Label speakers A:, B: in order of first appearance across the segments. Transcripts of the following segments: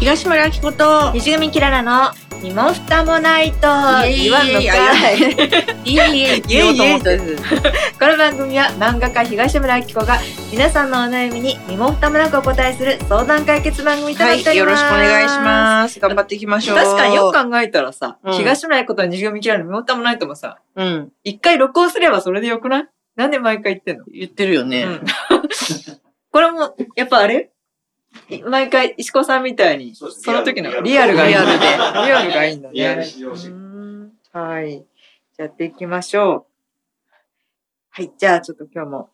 A: 東村明子と
B: 西組キララの身も蓋もないと言わんのかい。いえいえ言おうと思ってる。この番組は漫画家東村明子が皆さんのお悩みに身も蓋もなくお答えする相談解決番組となっており
A: よろ
B: ます。
A: しくお願いします頑張っていきましょう
B: 確かによく考えたらさ、
A: うん
B: 東村明子と西組キララの身も蓋もないともさ、
A: うん
B: 一回録音すればそれでよくないなんで毎回言ってんの
A: 言ってるよね、
B: うん これも、やっぱあれ毎回、石子さんみたいに、
C: そうです
B: その時のリ
C: リ
B: ア
C: ア
B: ル
C: ル
B: がいい
A: リ
B: ん
A: ア
B: だ
A: ル
B: ね。リアルがいいんだ
C: リアル
B: ね。
C: しよ
B: う
C: うし
B: ーんはい。じゃあやっていきましょう。はい。じゃあ、ちょっと今日も。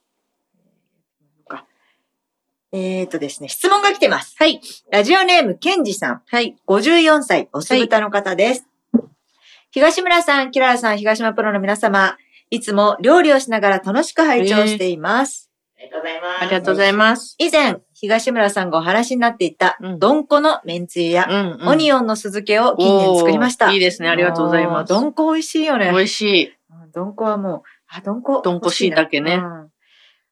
B: えーとですね、質問が来てます。はい。ラジオネーム、ケンジさん。はい。54歳、お酢豚の方です。東村さん、キララさん、東村プロの皆様、いつも料理をしながら楽しく拝聴しています。
C: ありがとうございます
A: ありがとうございます
B: 以前、東村さんがお話しになっていた
A: うん、
B: どんこのめんつゆや、
A: ん、
B: オニオンの酢漬けを近年作りました。
A: おーいいですねありがとうございます
B: どんこ美味しいよね。
A: 美味しい
B: うんどんこはもう、あ、どんこ。
A: どんこ椎茸ね
B: うん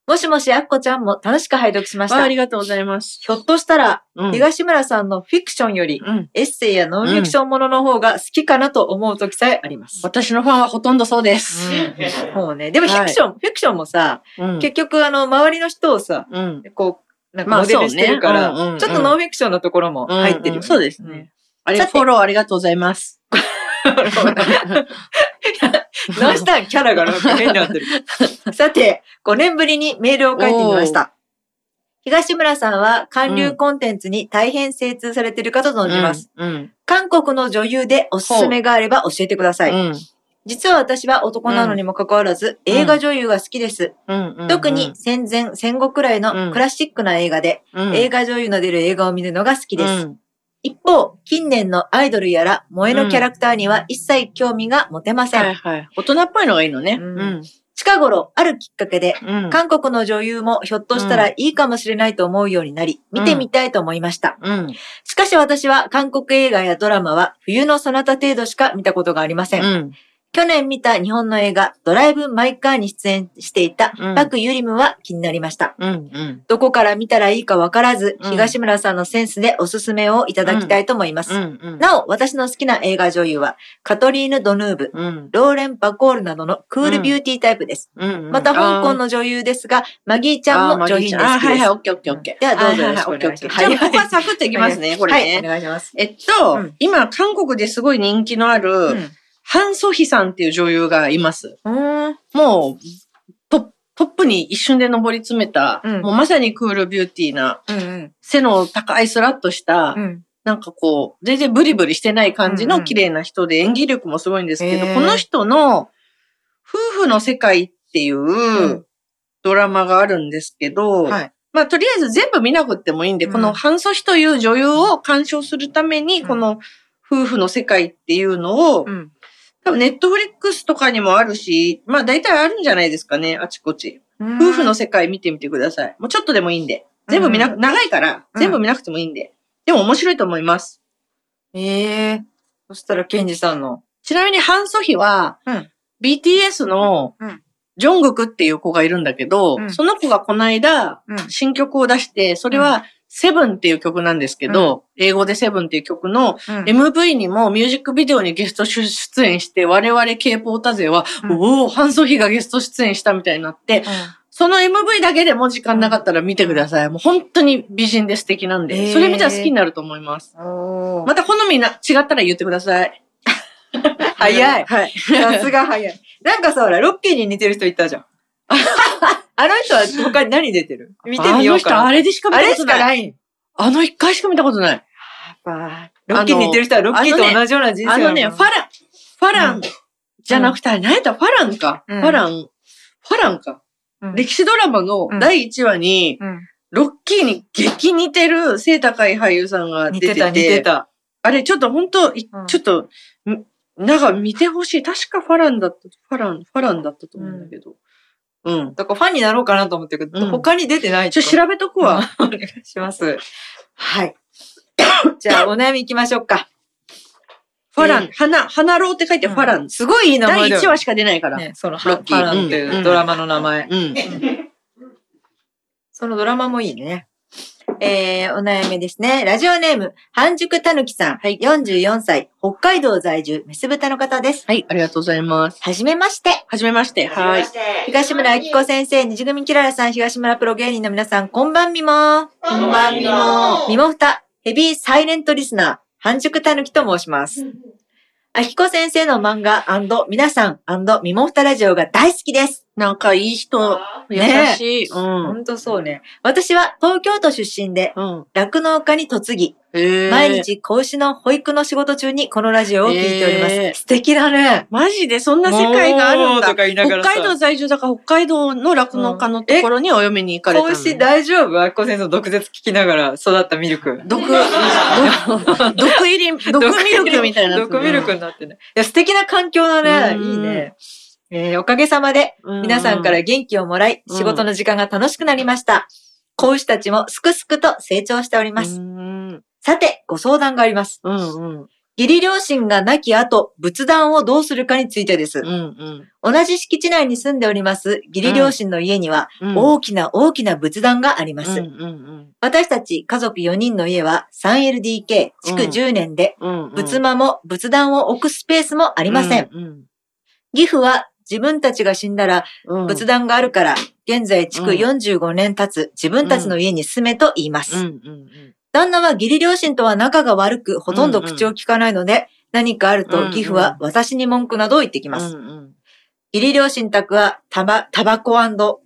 B: もしもし、あっこちゃんも楽しく拝読しまし
A: あ
B: た。
A: あ
B: ひ
A: りがとうございます
B: ょっとしたら、
A: うん
B: 東村さんのフィクションより、
A: うん
B: エッセイやノンフィクションものの方が好きかなと思う時さえあります。
A: 私のファンはほとんどそうです、
B: うんもうね。でもフィクション、フィクションもさ、
A: うん
B: 結局あの、周りの人をさ、
A: うん
B: こう、なん
A: ま
B: か
A: あ
B: モデルしてるから、
A: そうねうんうんうん
B: ちょっとノンフィクションのところも入ってるよね、
A: うんうんそうですねあれ
B: さて
A: フォローありがとうござい ます
B: うん。どうしたんキャラがなんか変に なってる。さて、5年ぶりにメールを書いてみました。東村さんは韓流コンテンツに大変精通されているかと存じます。
A: うんうん
B: 韓国の女優でおすすめがあれば教えてください。
A: うん
B: 実は私は男なのにもかかわらず、
A: うん
B: 映画女優が好きです。
A: うんうんうん
B: 特に戦前、戦後くらいのクラシックな映画で、
A: うん
B: 映画女優の出る映画を見るのが好きで
A: う
B: す。
A: ん
B: 一方、近年のアイドルやら萌えのキャラクターには一切興味が持てません。
A: はいはい。大人っぽいのがいいのね。
B: う
A: うんん。
B: 近頃、あるきっかけで、
A: うん。
B: 韓国の女優もひょっとしたらいいかもしれないと思うようになり、
A: うん
B: 見てみたいと思いました。
A: うん。
B: しかし私は韓国映画やドラマは冬のそなた程度しか見たことがありません。
A: うん。
B: 去年見た日本の映画、ドライブ・マイ・カーに出演していた、
A: うん
B: パク・ユリムは気になりました。
A: うん。うん。
B: どこから見たらいいかわからず、
A: うん
B: 東村さんのセンスでおすすめをいただきたいと思います。
A: うん。うん。
B: なお、私の好きな映画女優は、カトリーヌ・ドヌーブ、
A: うん。
B: ローレン・パコールなどのクールビューティータイプです。
A: うん。
B: また、香港
A: あー
B: の女優ですが、マギーちゃんも上品で
A: あー
B: 好き
A: はいはい、
B: です
A: オ。ッケーオッケーオッケー。
B: ではどう
A: あ
B: ぞ
A: ー
B: よろしくお願いします
A: はいはい
B: は
A: はいいオッケーオッケーじゃあ、ここはサクッといきますね、これ
B: はい、
A: ね。
B: お願いします。
A: えっ
B: う
A: と
B: ん、
A: 今、韓国ですごい人気のあ
B: う
A: る、
B: ん。
A: ハン・ソヒさんっていう女優がいます。
B: うん。
A: もう、トップトップに一瞬で上り詰めた、
B: うん
A: もうまさにクールビューティーな、
B: うん。
A: 背の高いスラッとした、
B: うん。
A: なんかこう、全然ブリブリしてない感じ
B: うんう
A: の
B: ん
A: 綺麗な人で演技力もすごいんですけど、
B: へー
A: この人の夫婦の世界っていうんドラマがあるんですけど、
B: はい。
A: まあとりあえず全部見なくってもいいんで、
B: うん
A: このハンソヒという女優を鑑賞するために、
B: うん
A: この夫婦の世界っていうのを、
B: ん。
A: 多分ネットフリックスとかにもあるし、まあ大体あるんじゃないですかね、あちこち。夫
B: 夫
A: 婦の、世界見てみてください。もうちょっとでもいいんで。全部見なく、長いから、
B: うん
A: 全部見なくてもいいんで。でも面白いと思います。
B: ええ。そしたら、ケンジさんの。
A: ちなみにハンソヒは、
B: うん
A: BTS の
B: うん
A: ジョングクっていう子がいるんだけど、
B: うん
A: その子がこの間、
B: うん
A: 新曲を出して、それはセブンっていう曲なんですけど、英語でセブンっていう曲の MV にもミュージックビデオにゲスト出演して、我々 K-POTA 勢は、
B: うん
A: おお、ハンソヒがゲスト出演したみたいになって、その MV だけでも時間なかったら見てください。もう本当に美人で素敵なんで、
B: へー
A: それ見たら好きになると思います。
B: お
A: また好みな、違ったら言ってください。
B: 早い。
A: はい。
B: さすが早い。なんかさ、ほら、ロッキーに似てる人い たじゃん。あの人は他に何出てる見てみよ
A: あ
B: う
A: の人、
B: か
A: あ。れでしか見
B: あ
A: たこ
B: れ
A: と
B: し
A: な
B: か
A: い。
B: ない。
A: あの一回しか見たことない。
B: ロッキーに似てる人はロッキーと同じような人生
A: あ
B: な
A: のね、ファラン、ファラン、じゃなくて、何やったファランか。
B: うん
A: ファラン、ファランか。
B: うん
A: 歴史ドラマの第1話に、
B: うん
A: ロッキーに激似てる背高い俳優さんが出
B: 似
A: てて
B: て、た、似てた。
A: あれ、ちょっと本当、い
B: うん
A: ちょっと、んなんか見てほしい。確かファランだった、ファラン、ファランだったと思うんだけど。うん。
B: だからファンになろうかなと思ってるけど、
A: うん
B: 他に出てない
A: ちょっと調べとくわ。
B: お願いします。はい。 じゃあ、お悩み行きましょうか。
A: ファラ
B: う
A: ン、花、花郎って書いてファラン。
B: すごいいい名前
A: 第
B: だよ
A: 1話しか出ないから。
B: ね、その、ハ
A: ロ
B: ッ
A: ッ
B: キ
A: キー
B: ーなんていうドラマの名前。
A: うん。
B: そのドラマもいいね。えー、お悩みですね。ラジオネーム、半熟たぬきさん。はい。44歳、北海道在住、メス豚の方です。
A: はい、ありがとうございます。
B: はじめまして。
A: はじめまして。はい。
B: 東村明子先生、虹組キララさん、東村プロ芸人の皆さん、こんばんみも。
C: こんばんみも
B: みもふた、ヘビーサイレントリスナー、半熟たぬきと申します。あきこ先生の漫画皆さんみもふたラジオが大好きです。
A: なんかいい人、優
B: ね
A: しい。うん。
B: んとそうね。私は東京都出身で、
A: うん。
B: 酪農家に嫁ぎ、
A: へえ。
B: 毎。日子牛の保育の仕事中にこのラジオを聞いております。
A: へー
B: 素敵だね。
A: マジでそんな世界があるんだ。
B: か言い
A: 北海道在住だから北海道の酪農家のところにお嫁に行かれたの。
B: 大丈夫あっこ先生の毒舌聞きながら育ったミルク。
A: 毒、 毒毒入り、毒ミルクみたいな。
B: 毒ミルクになってね。いや、素敵な環境だね。
A: うん
B: いいね。えーおかげさまで、
A: うん。
B: 皆さんから元気をもらい、
A: うん
B: 仕事の時間が楽しくなりました。子牛たちもすくすくと成長しております。
A: うん。
B: さて、ご相談があります。
A: うんうん。
B: 義理両親が亡き後、仏壇をどうするかについてです。
A: うん
B: 同じ敷地内に住んでおります義理両親の家には、
A: うん。
B: 大きな大きな仏壇があります。
A: うんうん
B: 私たち家族4人の家は 3LDK、築10年で、
A: うんうん。
B: 仏間も仏壇を置くスペースもあ
A: あ
B: りません。。義父は自分たちが死んだら仏
A: 仏
B: 壇があるから、現在築
A: うん
B: 45年経つ自分たちの家に住めと言います。
A: うんうん
B: 旦那は義理両親とは仲が悪く、ほとんど口を聞かないので、何かある
A: うんう
B: と
A: ん
B: 義父は私に文句などを言ってきます。
A: うんうん
B: 義理両親宅はタバタバコ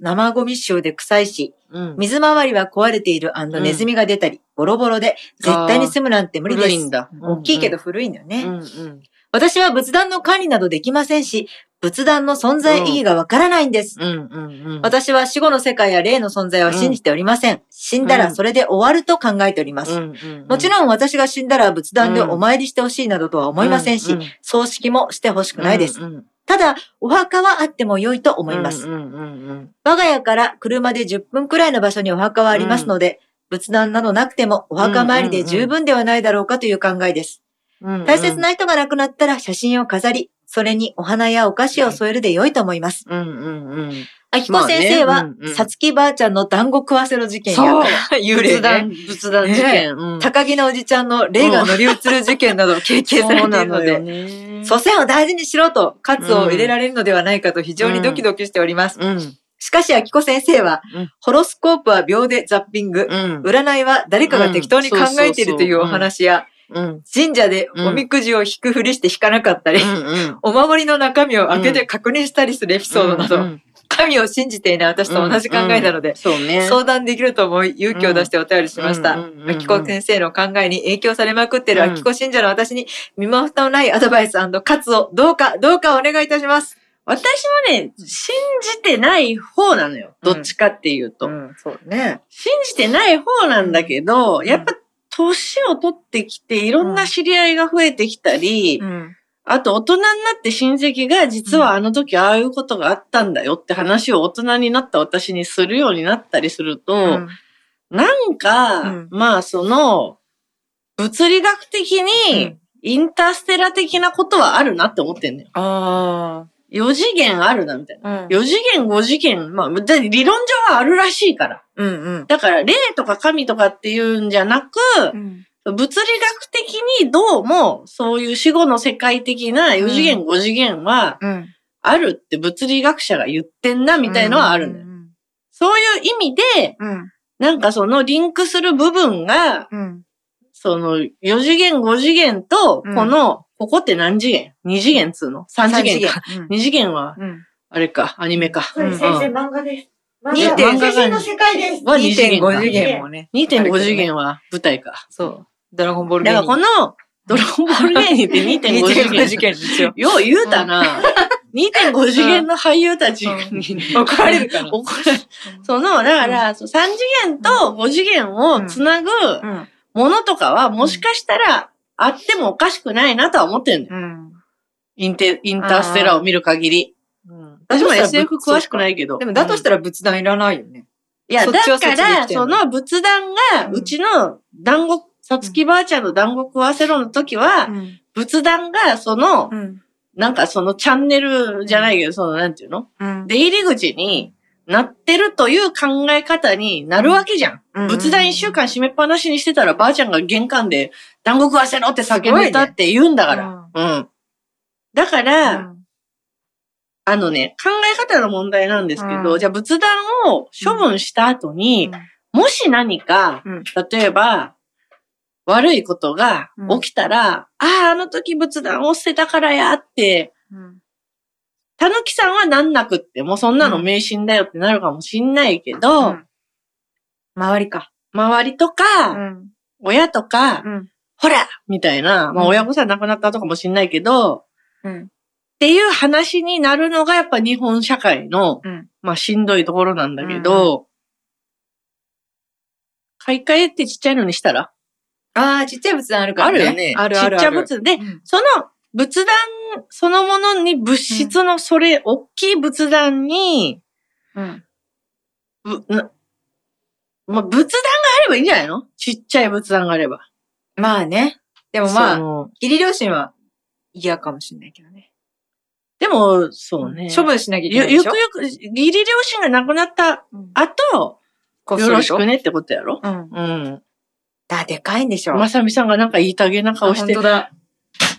B: 生ゴミ臭で臭いし、
A: うん。
B: 水回りは壊れているネズミが出たり、ボロボロで、絶対に住むなんて無理で
A: 古い
B: す
A: ん。だ。
B: 大きいけど
A: ね。
B: 古いんだよね。
A: うんうん。
B: 私は仏壇の管理などできませんし、仏壇の存在意義がわからないんです。
A: うんうんうん。
B: 私は死後の世界や霊の存在は信じておりません。死んだらそれで終わると考えております。
A: うんうんうん
B: もちろん私が死んだら仏壇でお参りしてほしいなどとは思いませんし、
A: うう
B: 葬式もしてほしくないです。
A: うんうん
B: ただ、お墓はあっても良いと思います。
A: うんうんうん
B: 我が家から車で10分くらいの場所にお墓はありますので、仏壇などなくてもお墓参りで十分ではないだろうかという考えです。
A: うんうん。
B: 大切な人が亡くなったら写真を飾り、それにお花やお菓子を添えるで良いと思います。
A: うんうんうん。
B: あきこ先生
A: まあ
B: は
A: ねうんうん、
B: さつきばあちゃんの団子食わせの事件
A: そう
B: や、幽
A: 仏壇、仏壇事
B: ね
A: 件。うん
B: 高木のおじちゃんの霊が乗り移る事件などを経験されているので、
A: で
B: 祖先を大事にしろと、喝を入れられるのではないかと非常にドキドキしております。
A: うん。
B: しかし、あきこ先生は
A: うん、
B: ホロスコープは秒でザッピング、
A: うん。
B: 占いは誰かが適当に考えているというお話や、
A: うん。
B: 神社でおみくじを引くふりして引かなかったり、
A: うん。
B: お守りの中身を開けて確認したりするエピソードなど、
A: うん
B: 神を信じていない私と同じ考えなので、
A: そうね。
B: 相談できると思い勇気を出してお便りしました。
A: うんうんうんうん
B: あきこ先生の考えに影響されまくってるあきこ信者の私に、身も蓋のないアドバイス喝をどうか、どうかお願いいたします。
A: 私もね、信じてない方なのよ。どっちかっていうと。
B: ん、そうね。
A: 信じてない方なんだけど、
B: ん
A: やっぱ、年を取ってきて、いろんな知り合いが増えてきたり、
B: うん。
A: あと大人になって親戚が、実はあの時ああいうことがあったんだよって話を大人になった私にするようになったりすると、なんか、
B: うん
A: まあその、物理学的に、
B: うん
A: インターステラ的なことはあるなって思ってんのよ。
B: あ
A: 4次元あるな、みたいな。
B: あ。
A: 4次元、5次元、まあ、だ理論上はあるらしいから。
B: うんうん。
A: だから、霊とか神とかっていうんじゃなく、物理学的にどうも、そういう死後の世界的な4次元、5次元は
B: うん。
A: あるって物理学者が言ってんな、みたいのはあるのよ。
B: うん
A: そういう意味で、
B: うん。
A: なんかそのリンクする部分が、
B: うん。
A: その、4次元、5次元と、
B: うん
A: この、ここって何次元 ?2 次元っつうの ?3 次元か。
B: うん
A: 2次元は、
B: うん。
A: あれか、アニメか。
C: そうです
A: うん
C: 先生、漫画です。
B: 2.5
C: 漫画先生の世界です。
A: は二次元か
B: 2.5次元もね。
A: 2.5次元は舞台か。
B: そう。ドラゴンボール
A: だからこ
B: の
A: の、ドラゴンボール芸人って2.5次元。
B: 次元です よ。
A: よう言うたな。2.5次元の俳優たち
B: うん
A: に
B: 怒られるから。
A: 怒られその、だから、そう3次元と5次元をつなぐ
B: うん。
A: ものとかは、もしかしたら、あってもおかしくないなとは思ってんのよ。
B: うん。
A: インテ、インターステラを見る限り。私も SF 詳しくないけど。
B: でも、だとしたら仏壇いらないよね。
A: いや、
B: そっ
A: だ
B: ちはそっ
A: か
B: ちで生
A: ら、
B: きてんの
A: その仏壇が、
B: うん
A: うちの団子、さつきばあちゃんの団子食わせろの時は、
B: ん。
A: 仏壇が、その、
B: うん。
A: なんかそのチャンネルじゃないけど、その、なんていうの出入り口に、なってるという考え方になるわけじゃん。
B: うんうん
A: 仏壇一週間閉めっぱなしにしてたらばあちゃんが玄関で団子食わせろって叫んでたって言うんだから。うん。だから、あのね、考え方の問題なんですけど、
B: うん
A: じゃあ仏壇を処分した後に、もし何か、
B: うん
A: 例えば、悪いことが起きたら、ああ、あの時仏壇を捨てたからやって、たぬきさんはなんなくって、もうそんなの迷信だよってなるかもしんないけど、
B: うん周りか。
A: 周りとか、
B: ん。
A: 親とか、
B: うん。
A: ほらみたいな、まあ
B: うん
A: 親御さん亡くなったとかもしんないけど、っ
B: うん。
A: ていう話になるのがやっぱ日本社会の、
B: うん
A: まあしんどいところなんだけど、買い替えってちっちゃいのにしたら
B: ああ、ちっちゃい仏壇あるか
A: あ
B: らね。
A: るよね。
B: あるあるある。
A: ちっちゃい仏壇で、
B: うん
A: その仏壇そのものに物質のそれ、大きい仏壇に、
B: うん。
A: ぶなまあ仏壇があればいいんじゃないのちっちゃい仏壇があれば。
B: まあね。でも
A: そ
B: まあ、
A: の
B: 義理両親は嫌かもしれないけどね。
A: でも、そうね。
B: 処分しなきゃいけ
A: ゆ
B: ないで
A: ゆ
B: しょ
A: く。ゆく、義理両親が亡くなった
B: うん
A: 後、
B: こっそ
A: よ
B: り
A: ろ
B: と
A: しくねってことやろ
B: うん。
A: うん。
B: だ、でかいんでしょ。
A: まさみさんがなんか言いたげな顔し
B: あ
A: て
B: 本当。だ。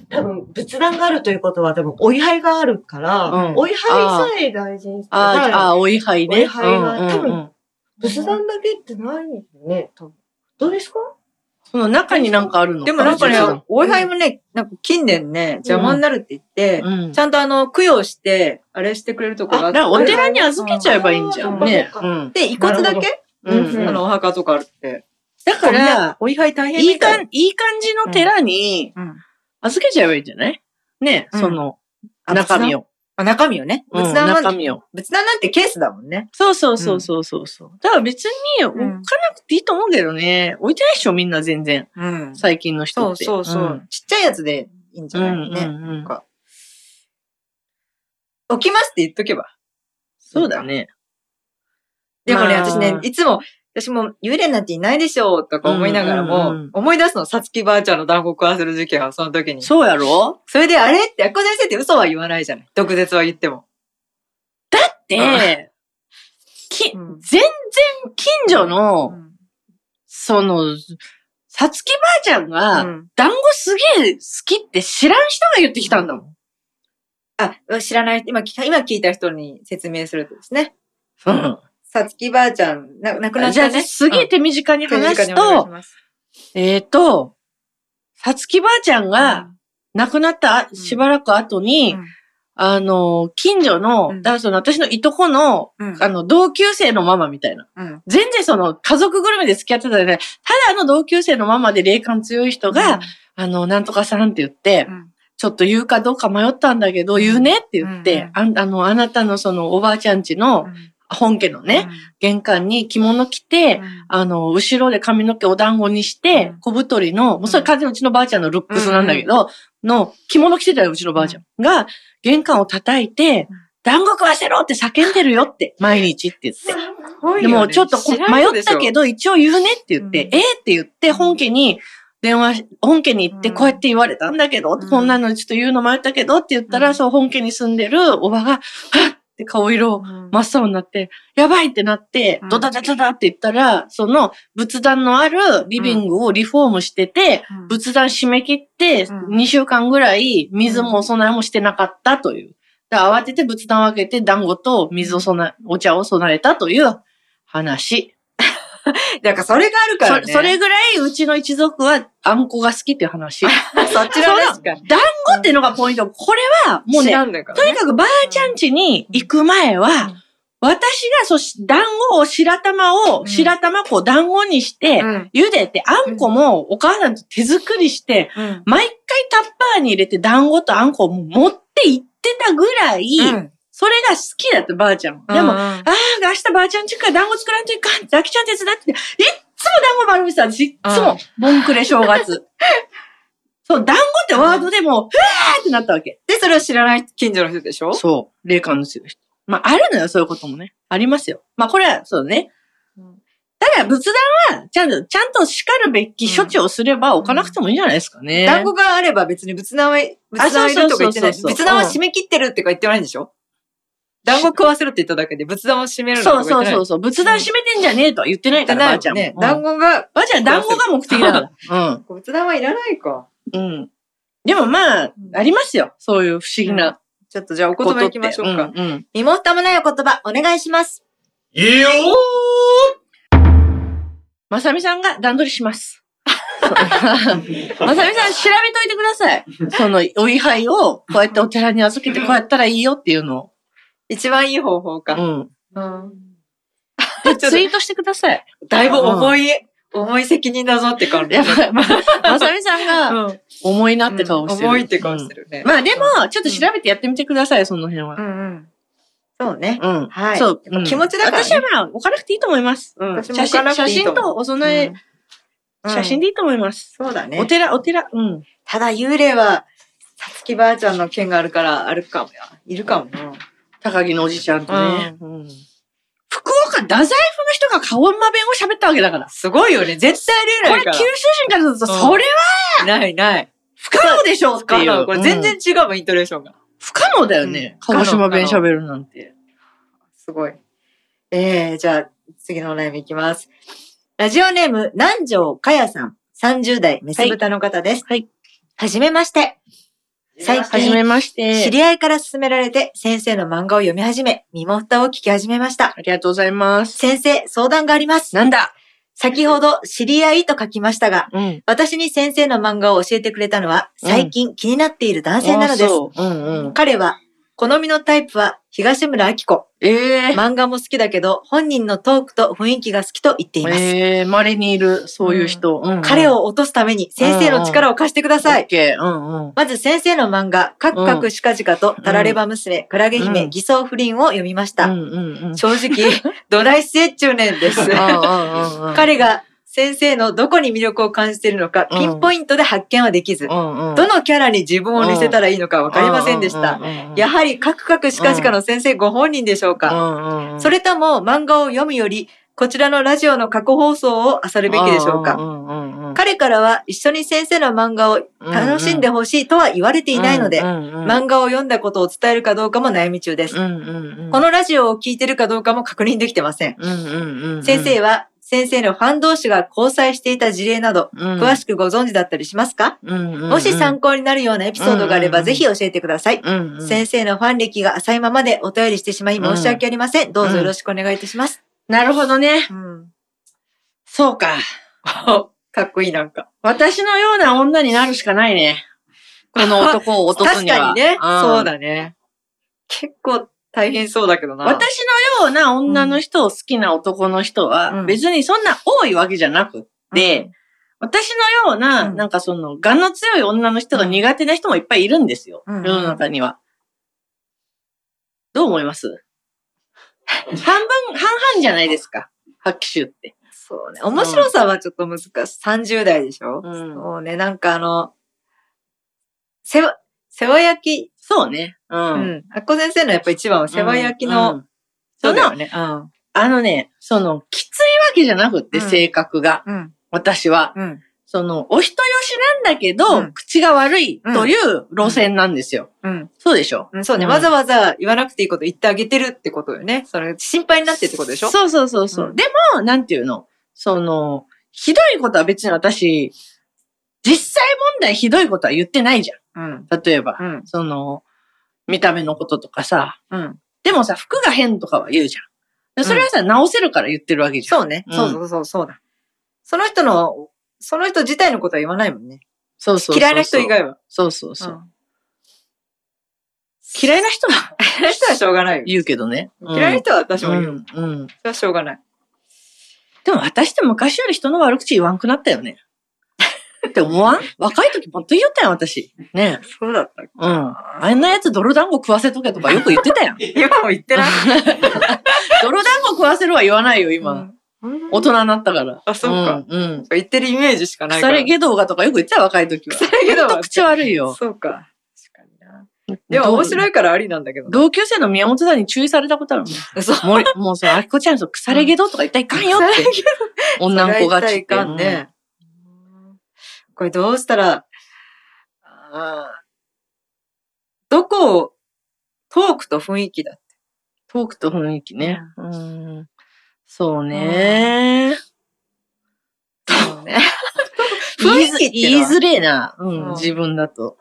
C: 多分、仏壇があるということは、多分、お位牌があるから、
A: うん
C: お位牌さえ大事にして
A: あ
C: た
A: ー
C: ら、
A: あー、お位牌ね。
C: お位牌が
A: うんうんうん
C: 多分仏壇だけってないよね、多分。どうですか
A: その中になんかあるの
B: でもなんか
A: ちょ
B: ね
A: っ、
B: お祝いもね、なんか近年ね、邪魔になるって言って
A: と、うん。
B: ちゃんとあの、供養して、あれしてくれるとこがあ
A: だ
B: っ
A: か
B: て
A: らお寺に預けちゃえばいいんじゃんね。
C: う
A: うん。
B: で、遺骨だけ
A: う
C: うんん
B: あの、お墓とかあるって。
A: だから、
B: お祝い大変
A: いいか
B: い。
A: ん、いい感じの寺に
B: うん。
A: 預けちゃえばいいんじゃないね、
B: うん
A: その、
B: あ
A: 中身を。
B: あ、中身よね。
A: うん
B: 仏壇
A: 中
B: は、
A: 身を。
B: 仏壇なんてケースだもんね。
A: そうそうそうそうそうそう。だから別に置か
B: ん
A: なくていいと思うけどね。置いてないでしょ、みんな全然。
B: うんそ
A: 最近の人
B: う
A: って。
B: そうそう、
A: ん
B: ちっちゃいやつでいいんじ
A: う
B: ゃ
A: んう
B: ない
A: ん
B: ね、
A: うん
B: か。置きますって言っとけば。
A: そうだね。
B: でもね、
A: まあ
B: 私ね、いつも、私も幽霊なんていないでしょうとか思いながらも、
A: うんうんうん
B: 思い出すの、さつきばあちゃんの団子食わせる事件は、その時に。そ
A: そうやろ
B: れで、あれって、あっこ先生って嘘は言わないじゃない。毒舌は言っても。
A: で、き、
B: うん
A: 全然近所の、その、さつきばあちゃんが、
B: うん
A: 団子すげえ好きって知らん人が言ってきたんだもん。
B: あ、知らない、今聞、今聞いた人に説明するとですね。
A: うん。
B: さつきばあちゃん、な亡くなっ
A: じゃ
B: た
A: あ、
B: ね。
A: すげえ手短に
B: うん
A: 話す
B: 手短にお願い
A: と
B: し、ます
A: えっ、と、さつきばあちゃんが亡くなったあ
B: ん
A: しばらく後に、
B: うん
A: あの、近所の、
B: うん
A: だからその私のいとこの、
B: うん
A: あの、同級生のママみたいな。
B: うん
A: 全然その家族ぐるみで付き合ってたじゃない。ただあの同級生のママで霊感強い人が、あの、なんとかさんって言って、
B: うん
A: ちょっと言うかどうか迷ったんだけど、言うねって言って、ああの、あなたのそのおばあちゃんちの本家のね、、玄関に着物着て、あの、後ろで髪の毛お団子にして
B: うん、
A: 小太りの、もうそれ完全にうちのばあちゃんのルックスなんだけど、の着物着てたよ、うちのばあちゃん。が、玄関を叩いて
B: うん、
A: 団子食わせろって叫んでるよって、毎日って言って。
B: うん
A: でも、ちょっとこ迷ったけ
B: ど、
A: ど、一応言うねって言って、
B: うん
A: えーって言って、本家に電話し、本家に行って、
B: うん
A: こうやって言われたんだけど、
B: うん
A: こんなのちょっと言うの迷ったけどって言ったら、
B: うん
A: そう、本家に住んでるおばが、はっって顔色
B: うん
A: 真っ青になって、やばいってなって
B: うん、
A: ドタドタドタって言ったら、その仏壇のあるリビングをリフォームしてて、
B: うん
A: 仏壇締め切って、
B: うん
A: 2週間ぐらい水もお供えもしてなかったという。だから慌てて仏壇を開けて団子と水を備え、お茶を備えたという話。
B: だからそれがあるからね。
A: そそれぐらいうちの一族はあんこが好きっていう話。団
B: そっちの話か。
A: 子っていうのがポイント。これはもう
B: 知
A: ね
B: ら、んだから
A: と
B: ね。
A: にかくばあちゃん家に行く前は、
B: うん
A: 私がそし、団子を白玉を、
B: ん
A: 白玉粉を団子にして、
B: うん
A: 茹でて、あんこもお母さんと手作りして、
B: うん
A: 毎回タッパーに入れて団子とあんこをもう持って行ってたぐらい、
B: うん
A: それが好きだってばあちゃんは。でも、
B: うん
A: ああ、明日ばあちゃん家から団子作らんといかんって、あきちゃん手伝ってて、いっつも団子丸めてた私、いっつ
B: うん
A: も、ボンクレ正 月。そう、団子ってワードでもう、ふわーってなったわけ。
B: で、それを知らない近所の人でしょ
A: そう。霊感の強い人。まあ、あるのよ、そういうこともね。ありますよ。まあ、これは、そうね
B: うん。
A: ただ、仏壇は、ちゃんと、ちゃんと叱るべき処置をすれば置かなくてもいいんじゃないですかね。
B: 団子があれば別に仏壇は、仏壇はいるとか言ってない。
A: そうそうそうそう
B: 仏壇は締め切ってるってか言ってないんでしょ団子食わせろって言っただけで仏壇を閉めるのと
A: そ
B: か
A: う
B: 言
A: そう
B: ってない。
A: そううそう。仏壇閉めてんじゃねえとは言ってないから、ばあちゃんも。
B: ね
A: う。ん
B: 団子が、
A: ばあちゃん、団子が目的だから。
B: 仏壇はいらないか。
A: うん。うん。でもまあ、ありますよ。そういう不思議な
B: ちょっとじゃあお
A: こと
B: 言
A: って。
B: 葉行きましょうか。
A: んうん。
B: 身も蓋もないお言葉、お願いします。
C: いいよ
A: まさみさんが段取りし ます。そうまさみさん、調べといてください。その、お位牌を、こうやってお寺に預けて、こうやったらいいよっていうのを。
B: 一番いい方法
A: う
B: か。
A: ん。
B: うん。 ちょっ
A: ツイートしてくださ い。
B: と、だいぶ重い、重い責任だぞって感じ。
A: やばい。ま、まさみさんが、
B: うん。
A: 重いなって顔してる。
B: 重いって顔してるね
A: うん。。まあでも、ちょっと調べてやってみてください、その辺は
B: う。んうん。そうね。
A: うん。
B: はい。
A: そう。
B: やっぱ
A: うん
B: 気持ちだからね
A: 私はまあ、置かなくていいと思います。うん。
B: 私も
A: 写
B: 置か
A: 真、
B: なく
A: 写
B: ていいと思
A: 真
B: う
A: とお供え、
B: うん
A: 写真でいいと思います。
B: そうだ
A: お
B: ね。
A: 寺、お寺、うん。
B: ただ幽霊は、さつきばあちゃんの件があるから、あるかもよ。いるかもな。
A: 高木のおじちゃんとね。うん福岡、太宰府の人が顔まべんを喋ったわけだから。
B: すごいよね。絶対ありえ
A: こ
B: な
A: れ
B: い
A: 九
B: か
A: 州人からすると、
B: うん
A: それは
B: ら。ないない。
A: 不可能でしょうってい
B: あ
A: う。
B: のこれ全然
A: うん
B: 違うもん、イントネーションが。
A: 不可能だよね。
B: うん
A: 鹿児島弁喋るなんて。
B: すごい。えー、じゃあ、次のお悩みいきます。ラジオネーム、南條かやさん。30代、メス豚の方です。
A: はい。
B: はじめまして。最
A: はじ
B: 近、
A: めまし
B: 知
A: て。
B: り合いから勧められて、先生の漫画を読み始め、身も蓋を聞き始めました。
A: ありがとうございます。
B: 先生、相談があります。
A: なんだ
B: 先ほど、知り合いと書きましたが、
A: うん。
B: 私に先生の漫画を教えてくれたのは、
A: うん
B: 最近気になっている男性なのです。
A: そううんうん。
B: 彼は、好みのタイプは、東村明子。
A: ええ。
B: 漫画も好きだけど、本人のトークと雰囲気が好きと言っています。
A: ええ、稀にいる、そういう人。うんうん
B: 彼、を落とすために先生の力を貸してください。
A: オッケーうんうん。
B: まず先生の漫画、カクカクシカジカとタラレバ娘、クラゲ姫、
A: うん
B: 偽装不倫を読みました。
A: うんうんうん。
B: 正直、ドライスエ中年です。
A: うんうんうんうん
B: 彼が先生のどこに魅力を感じているのか、
A: うん
B: ピンポイントで発見はできず、
A: うんうん
B: どのキャラに自分を似せたらいいのかわかりませんでした。
A: うんうんうん
B: やはりカクカクシカジカの先生ご本人でしょうか、
A: うんうんうん
B: それとも漫画を読むより、こちらのラジオの過去放送を漁るべきでしょうか。
A: うんうんうんうん
B: 彼からは一緒に先生の漫画を楽しんでほしいとは言われていないので、
A: うんうん
B: 漫画を読んだことを伝えるかどうかも悩み中です。
A: うんうんうん
B: このラジオを聞いてるかどうかも確認できてません。
A: うんうんうんうん
B: 先生は先生のファン同士が交際していた事例など、
A: うん
B: 詳しくご存知だったりしますか、
A: うんうんうん
B: もし参考になるようなエピソードがあれ
A: う
B: ば、
A: ん
B: ぜひ教えてください。
A: うんうん
B: 先生のファン歴が浅いままでお便りしてしまい申し訳ありません。どうぞよろしくお願いいたします。
A: なるほどね。
B: うん。
A: そうか。
B: かっこいいなんか。
A: 私のような女になるしかないね。この男を落とす
B: 確
A: には。
B: かにね。
A: ん
B: そう。だね。結構大変そうだけどな。
A: 私のような女の人を好きな男の人
B: う
A: は、
B: ん
A: 別にそんな多いわけじゃなくって、私のような、
B: うん
A: なんかその、がの強い女の人が苦手な人もいっぱいいるんですよ。
B: うん
A: 世の中には。どう思います半分、半々じゃないですか。白騎手って。
B: そうね。面白さはちょっと難しい。30代でしょ、
A: うん
B: そうね。なんかあの、世話、世話焼き。
A: そうね。う。
B: うんん。あっこ先生のやっぱ一番は世話焼きの、
A: うんうんその、
B: ね。うん。
A: あのね、その、きついわけじゃなくって、
B: うん
A: 性格が。
B: うん。
A: 私は。
B: うん。
A: その、お人よしなんだけど、
B: うん
A: 口が悪いという路線なんですよ。
B: うん。
A: そうでしょ
B: そうね、
A: うん
B: わざわざ言わなくていいこと言ってあげてるってことよね。それ、心配になってってことでしょ
A: そうそうそうそう。
B: うん
A: でも、なんていうのその、ひどいことは別に私、実際問題ひどいことは言ってないじゃ
B: うん。
A: ん。例えば、
B: うん。
A: その、見た目のこととかさ。
B: うん。
A: でもさ、服が変とかは言うじゃん。でそれはさ、直せるから言ってるわけじゃん。
B: そうね。
A: うん
B: そうそうそう、そうだ。その人の、その人自体のことは言わないもんね。
A: そうそうそうそう。
B: 嫌いな人以。外は。
A: そうそうそう。
B: ん
A: 嫌いな人は
B: 嫌いな人はしょうがないよ。
A: 言うけどね。
B: 嫌いな人は私も言う。
A: うんうん。
B: それはしょうがない。
A: でも私って昔より人の悪口言わんくなったよね。って思 わん若い時もっと言いよったやん、私。ねえ。
B: そうだった。
A: うん。あんなやつ泥団子食わせとけとかよく言ってたや ん。
B: 今も言ってない。
A: 泥団子食わせるは言わないよ、今。
B: うん
A: 大人になったから。
B: あそうか
A: うん。うん
B: 言ってるイメージしかないか
A: 腐
B: ら。
A: れゲドウがとかよく言ってた、若い時は。
B: 腐れゲドウは
A: ほんと口悪いよ。
B: そうか。確かにな。でも面白
A: い。
B: いからありなんだけどな。
A: 同級生の宮本さんに注意されたことあるもん。
B: そう。
A: もう、もうそう、あきこちゃん、そう、腐れゲドウとか言ったらいかんよって。女の子がち
B: い
A: っ
B: か
A: て。
B: んね。これどうしたら、あーどこを、トークと雰囲気だって。
A: トークと雰囲気ね。うん。そうね。
B: そ うね。
A: 言い
B: 雰
A: づ
B: 囲気って
A: 言
B: の
A: い
B: は
A: づれえな。う
B: うん
A: ん、自分だと。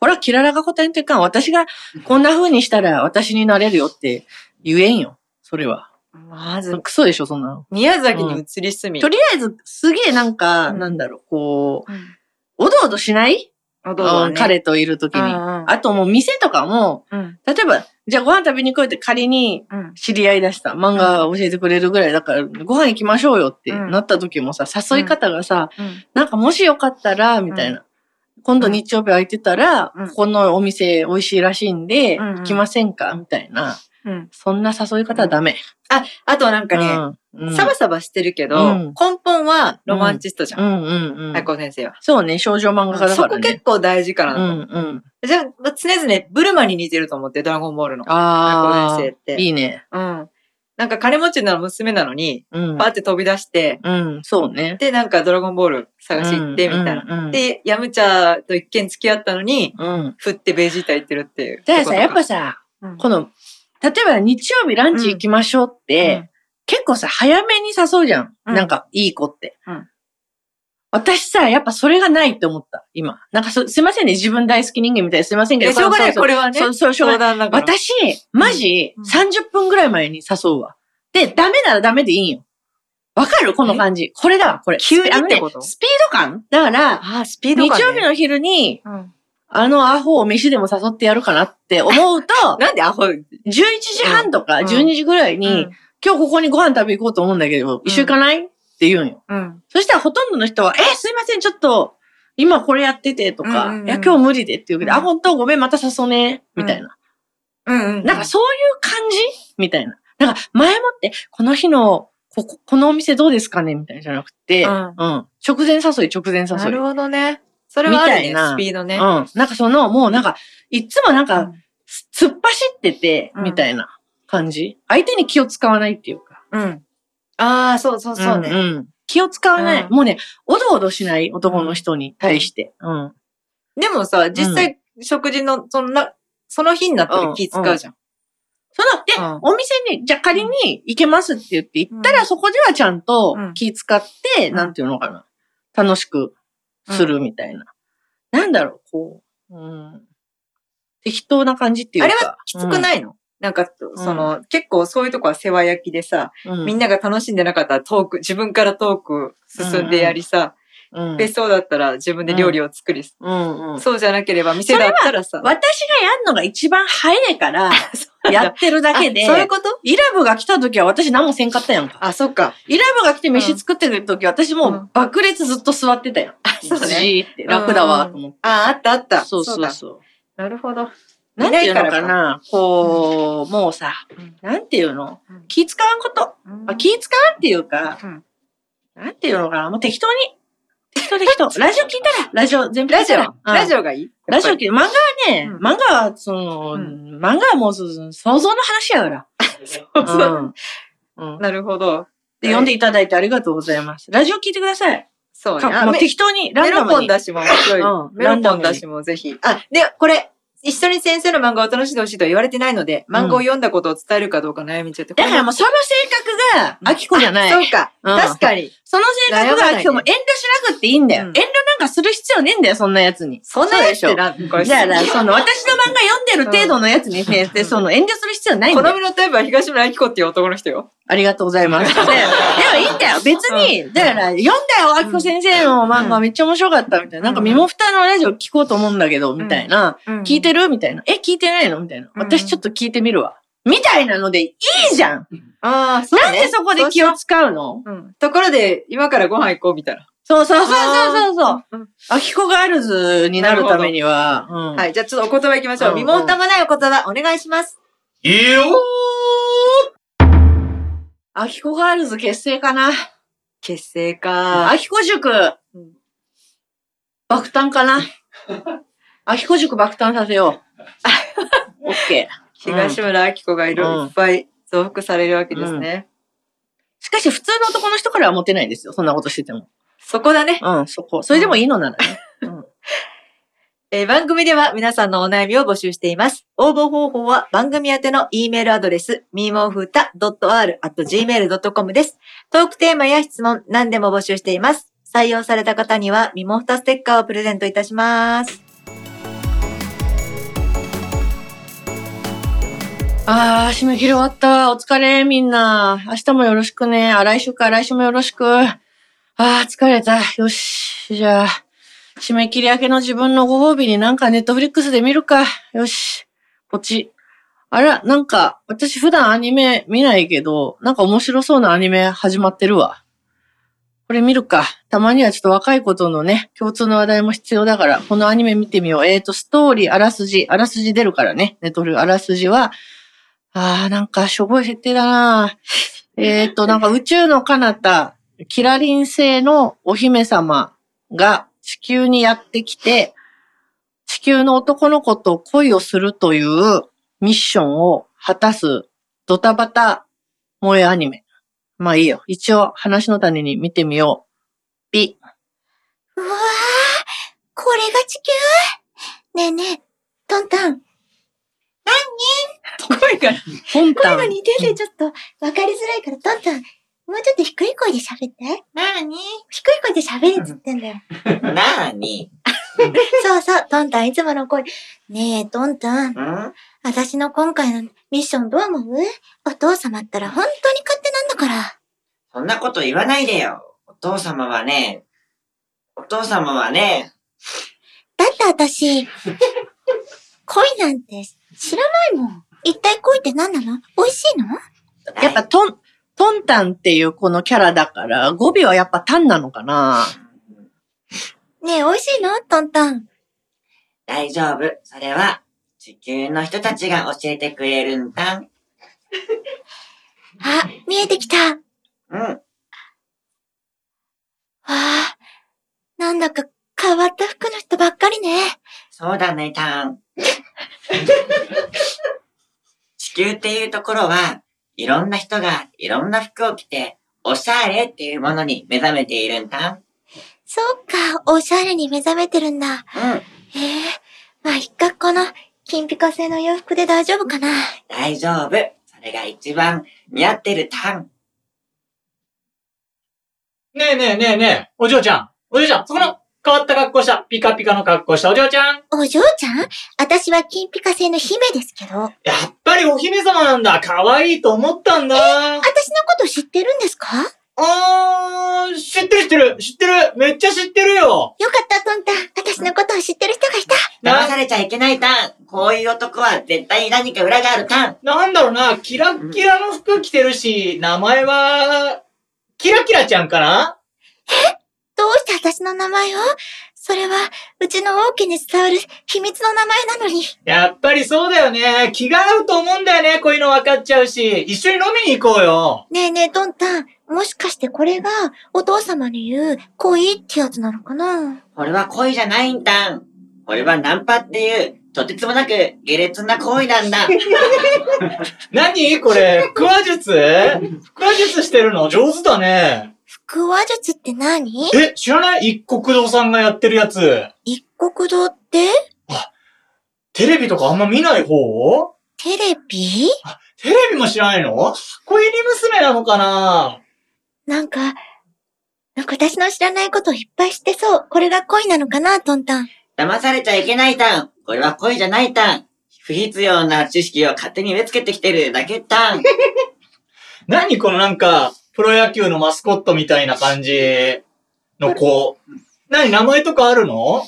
A: これはキララが答えんといかん。私がこんな風にしたら私になれるよって言えんよ。それは。
B: まず、
A: クソでしょ、そんなの。
B: 宮崎に移り住み。
A: とりあえず、すげえなんか、なんだろう、こ
B: うん
A: う、おどおどしない、
B: あどうぞ
A: う
B: ね
A: ん彼といるとき
B: うん
A: に。
B: うん
A: あともう店とかも、
B: うん
A: 例えば、じゃあご飯食べに来いって仮に
B: うん
A: 知り合いだした。漫画教えてくれるぐらいだから、ご飯行きましょうよって
B: うん
A: なった時もさ、誘い方がさ、
B: うん
A: なんかもしよかったら、みたいな。今度日曜日空いてたら、
B: うん
A: ここのお店美味しいらしいんで、
B: うんうん
A: 行きませんかみたいな。
B: うん
A: そんな誘い方はダメ。
B: あ、あとなんかね、
A: うんうん
B: サバサバしてるけど、
A: うん
B: 根本はロマンチストじゃん。
A: うんうんうん
B: 太。鼓先生は。
A: そうね、少女漫画家だ
B: そ
A: から
B: こ
A: ね
B: 結。構大事かな
A: う
B: と。
A: んうん。
B: じゃあ、常々ブルマに似てると思って、ドラゴンボールの。
A: あ
B: 太鼓先
A: あ、
B: 生って。
A: いいね。
B: うん。なんか金持ちの娘なのに、
A: うん
B: パー。って飛び出して、
A: うん、そうね。
B: で、なんかドラゴンボール探し行って、みたいな。
A: うんうんうん
B: で、ヤムチャと一見付き合ったのに、
A: うん。
B: 振ってベジータ行ってるっていう。
A: だからさ、やっぱ
B: さ、
A: さ、
B: うん
A: この、例えば日曜日ランチ行きましょうって、結構さ、早めに誘うじゃん。
B: うん
A: なんか、いい子って。
B: うん
A: 私さ、やっぱそれがないって思った、今。なんかそ、すいませんね、自分大好き人間みたいですいません
B: い
A: け
B: や
A: ど。
B: しょうがない、
A: そう
B: これはね。
A: そうそう、しょうが
B: 相
A: ない。
B: 談だから。
A: 私、マジ、
B: うん
A: 30分ぐらい前に誘うわ。で、ダメならダメでいいんよ。わかるこの感じ。これだわ、これ。
B: 急にってこと
A: あのねスピード感だから、
B: ああ、スピー
A: 日
B: ド感、ね。
A: 曜日の昼に、
B: うん
A: あのアホを飯でも誘ってやるかなって思うと、
B: なんでアホに、
A: 11時半とか
B: うん
A: 12時ぐらいに、今日ここにご飯食べ行こうと思うんだけど、一緒行かないって言うんよ。
B: うん。
A: そしたらほとんどの人は、え、すいません、ちょっと、今これやっててとか、
B: うんうんうん
A: いや、今日無理でって言うけど、
B: うん
A: あ、本当ごめん、また誘うね、みたいな。
B: うんうん。
A: なんかそういう感じみたいな。なんか前もって、この日の、ここ、このお店どうですかねみたいなじゃなくて、
B: う
A: うんん、直前誘い、直前誘い。
B: なるほどね。それはある
A: みた
B: ね
A: い、な
B: スピードね。
A: うん。なんかその、もうなんか、いつもなん
B: う
A: か、
B: ん
A: す突っ走ってて、
B: うん
A: みたいな感じ。相手に気を使わないっていうか。
B: うん。ああ、そうそうそうね。
A: んん気を使わない。
B: うん
A: もうね、おどおどしない男の人に対して。うん。
B: でもさ、実際、食事の、そんな、その日になったら気使うじゃん。
A: その、で、
B: うん
A: お店に、じゃあ仮に行けますって言って行ったら、
B: うん
A: そこではちゃんと
B: うん
A: 気使って、
B: うん
A: なんていうのかな。楽しくするみたいな。なんだろう、こう。うん。適当な感じっていう
B: あ
A: か。
B: れはきつくないの、なんか、その、結構そういうとこは世話焼きでさ、
A: うん、
B: みんなが楽しんでなかったらトーク、自分からトーク進んでやりさ、
A: うん、うん、
B: で、そうだったら自分で料理を作り、
A: うん、うん。
B: そうじゃなければ店だったらさ、
A: 私がやるのが一番早いから、やってるだけで
B: あ、そういうこと
A: イラブが来た時は私何もせんかったやんか。
B: あ、そっか。
A: イラブが来て飯作ってくれる時は私も
B: うん
A: う爆裂ずっと座ってたやん。
B: そうね
A: じーって楽だわと思って。
B: あ、あったあった。
A: そうそう
B: だ
A: そう。
B: なるほど。
A: なんていうのか
B: いないから
A: なこう、もうさ
B: うん、
A: なんていうの
B: うん
A: 気使わんこと。まあ、気使わんっていうか、
B: うん
A: なんていうのかなもう適当に。適 当適当。ラジオ聞いたら、ラジオ全部聞
B: ラ
A: い
B: ジ
A: た
B: オ、
A: ら。うん
B: ラジオがいい
A: ラジオ
B: やっぱり
A: 聞い漫画はね、
B: うん
A: 漫画は、その、
B: うん
A: 漫画はもうそそ想像の話やから。
B: そうそう
A: うん。うん
B: なるほど。
A: で、読んでいただいてありがとうございます。ラジオ聞いてください。
B: そうね。
A: か
B: あ
A: もう
B: メ
A: 適当に、ラ
B: メ
A: ンダ
B: ロ
A: ム
B: ポン
A: に。
B: だしも面白い。
A: うん
B: メロポンだしもぜひ。あ、で、これ、一緒に先生の漫画を楽しんでほしいとは言われてないので、
A: ん
B: 漫画を読んだことを伝えるかどうか悩みちゃって。
A: だからもうその性格が、アキコじゃない。
B: そうか。
A: うん
B: 確かに。
A: その性格が
B: 悩まない
A: ア
B: ね
A: キコも遠慮しなくっていいんだよ。
B: うん
A: 遠慮なんかする必要ねえんだよ、そんなやつに。
B: そんなやつっ
A: そう
B: て
A: でし
B: な、これ
A: ょ。だから、その、私の漫画読んでる程度のやつに先
B: う
A: 生、
B: ん
A: その遠慮する必要ないんだ
B: 好
A: よ。
B: みのタイプは東村明子っていう男の人よ。
A: ありがとうございます。ででもいいんだよ。別に、だから、読んだよ、あきこ先生の漫画めっちゃ面白かった、みたいな。なんか、身も蓋のラジオ聞こうと思うんだけど、みたいな。聞いて
B: る。
A: るみたいな。え、聞いてないのみたいな。
B: うん
A: 私ちょっと聞いてみるわ。みたいなので、いいじゃん
B: ああ、そうね
A: なんでそこで気を使うの
B: うんところで、今からご飯行こうみたいな。
A: そうそうそうそうそう。
B: うん
A: アキコガールズになるためには、うん
B: はい、じゃあちょっとお言葉行きましょ
A: う
B: う。
A: ん
B: 身も蓋もないお言葉、お願いします。
D: いいよ
A: アキコガールズ結成かな。
B: 結成か。
A: アキコ塾
B: うん、
A: 爆誕か な。アキコ塾爆誕させよう。オッケー。
B: 東村明子がいろいっぱい増幅されるわけですね。
A: しかし、普通の男の人からはモテないですよ。そんなことしてても。
B: そこだね。
A: うん、そこ。それでもいいのならね。
B: えー番組では皆さんのお悩みを募集しています。応募方法は番組宛ての E メールアドレス、mimofta.r.gmail.com です。トークテーマや質問、何でも募集しています。採用された方には、ミモフタステッカーをプレゼントいたします。
A: あー、締め切り終わったわ。お疲れ、みんな。明日もよろしくね。あ、来週か、来週もよろしく。あー、疲れた。よし。じゃあ、締め切り明けの自分のご褒美になんかネットフリックスで見るか。よし。ポチ。あら、なんか、私普段アニメ見ないけど、なんか面白そうなアニメ始まってるわ。これ見るか。たまにはちょっと若い子とのね、共通の話題も必要だから、このアニメ見てみよう。えーと、ストーリー、あらすじ、あらすじ出るからね。ネットフリあらすじは、ああ、なんか、しょぼい設定だな。 えーっと、なんか、宇宙の彼方、キラリン星のお姫様が地球にやってきて、地球の男の子と恋をするというミッションを果たすドタバタ萌えアニメ。まあいいよ。一応、話の種に見てみよう。ピ。
D: うわー、これが地球ねえねえ、トンタン、
B: 声が、
A: ポンタ
D: 声が
A: ン。
D: 似ててちょっと分かりづらいから、トンタン、もうちょっと低い声で喋って。
B: なに
D: 低い声で喋れっつって んだよ。
B: なに
D: そうそう、トンタン、いつもの声。ねえ、トンタン、
B: うん
D: 私の今回のミッションどう思うお父様ったら本当に勝手なんだから。
B: そんなこと言わないでよ。お父様はね、お父様はね、
D: だって私、 恋なんて知らないもん。一体恋って何なの美味しいの
A: やっぱ、トン、トンタンっていうこのキャラだから、語尾はやっぱタンなのかな。
D: ねえ、美味しいのトンタン。
B: 大丈夫。それは、地球の人たちが教えてくれるんだ。
D: あ、見えてきた。
B: うん。
D: わあ、なんだか変わった服の人ばっかりね。
B: そうだね、タン。 地球っていうところは、いろんな人がいろんな服を着て、おしゃれっていうものに目覚めているんだ。
D: そうか、おしゃれに目覚めてるんだ。
B: うん。
D: ええまあ、一回この、金ピカ製の洋服で大丈夫かな。
B: 大丈夫。それが一番似合ってるタン。
E: ねえねえねえねえ、お嬢ちゃん。お嬢ちゃん、そこの変わった格好した、ピカピカの格好したお嬢ちゃん。
D: お嬢ちゃん私は金ピカ製の姫ですけど。私のこ
E: やっぱりお姫様なんだ。可愛いと思ったんだ。
D: と知ってるんですかよ
E: あー、知ってる知ってる、知ってる。めっちゃ知ってるよ。
D: かった、トンタン。私のことを知ってる人がいた。
B: 騙
E: な、
B: されちゃいけないタン。こういう男は絶対に何か裏があるタン。
E: なんだろうな、キラッキラの服着てるし、名前は、キラキラちゃんかな
D: どうして私の名前をそれは、うちの王家に伝わる秘密の名前なのに。
E: やっぱりそうだよね。気が合うと思うんだよね。こういうの分かっちゃうし。一緒に飲みに行こうよ。
D: ねえねえ、トンタン。もしかしてこれが、お父様に言う、恋ってやつなのかな
B: これは恋じゃないんだ。これはナンパっていう、とてつもなく下劣な行為なんだ。
E: 何これ、腹話術腹話術してるの上手だね。
D: 腹話術って何
E: え、知らない一国堂さんがやってるやつ。
D: 一国堂って
E: テレビとかあんま見ない方
D: テレビ
E: テレビも知らないの恋入り娘なのかな
D: なんか、なんか私の知らないことをいっぱい知ってそう。これが恋なのかな、トンタン。
B: 騙されちゃいけないタン。これは恋じゃないタン。不必要な知識を勝手に植え付けてきてるだけタン。
E: 何このなんか、プロ野球のマスコットみたいな感じの子。何名前とかあるの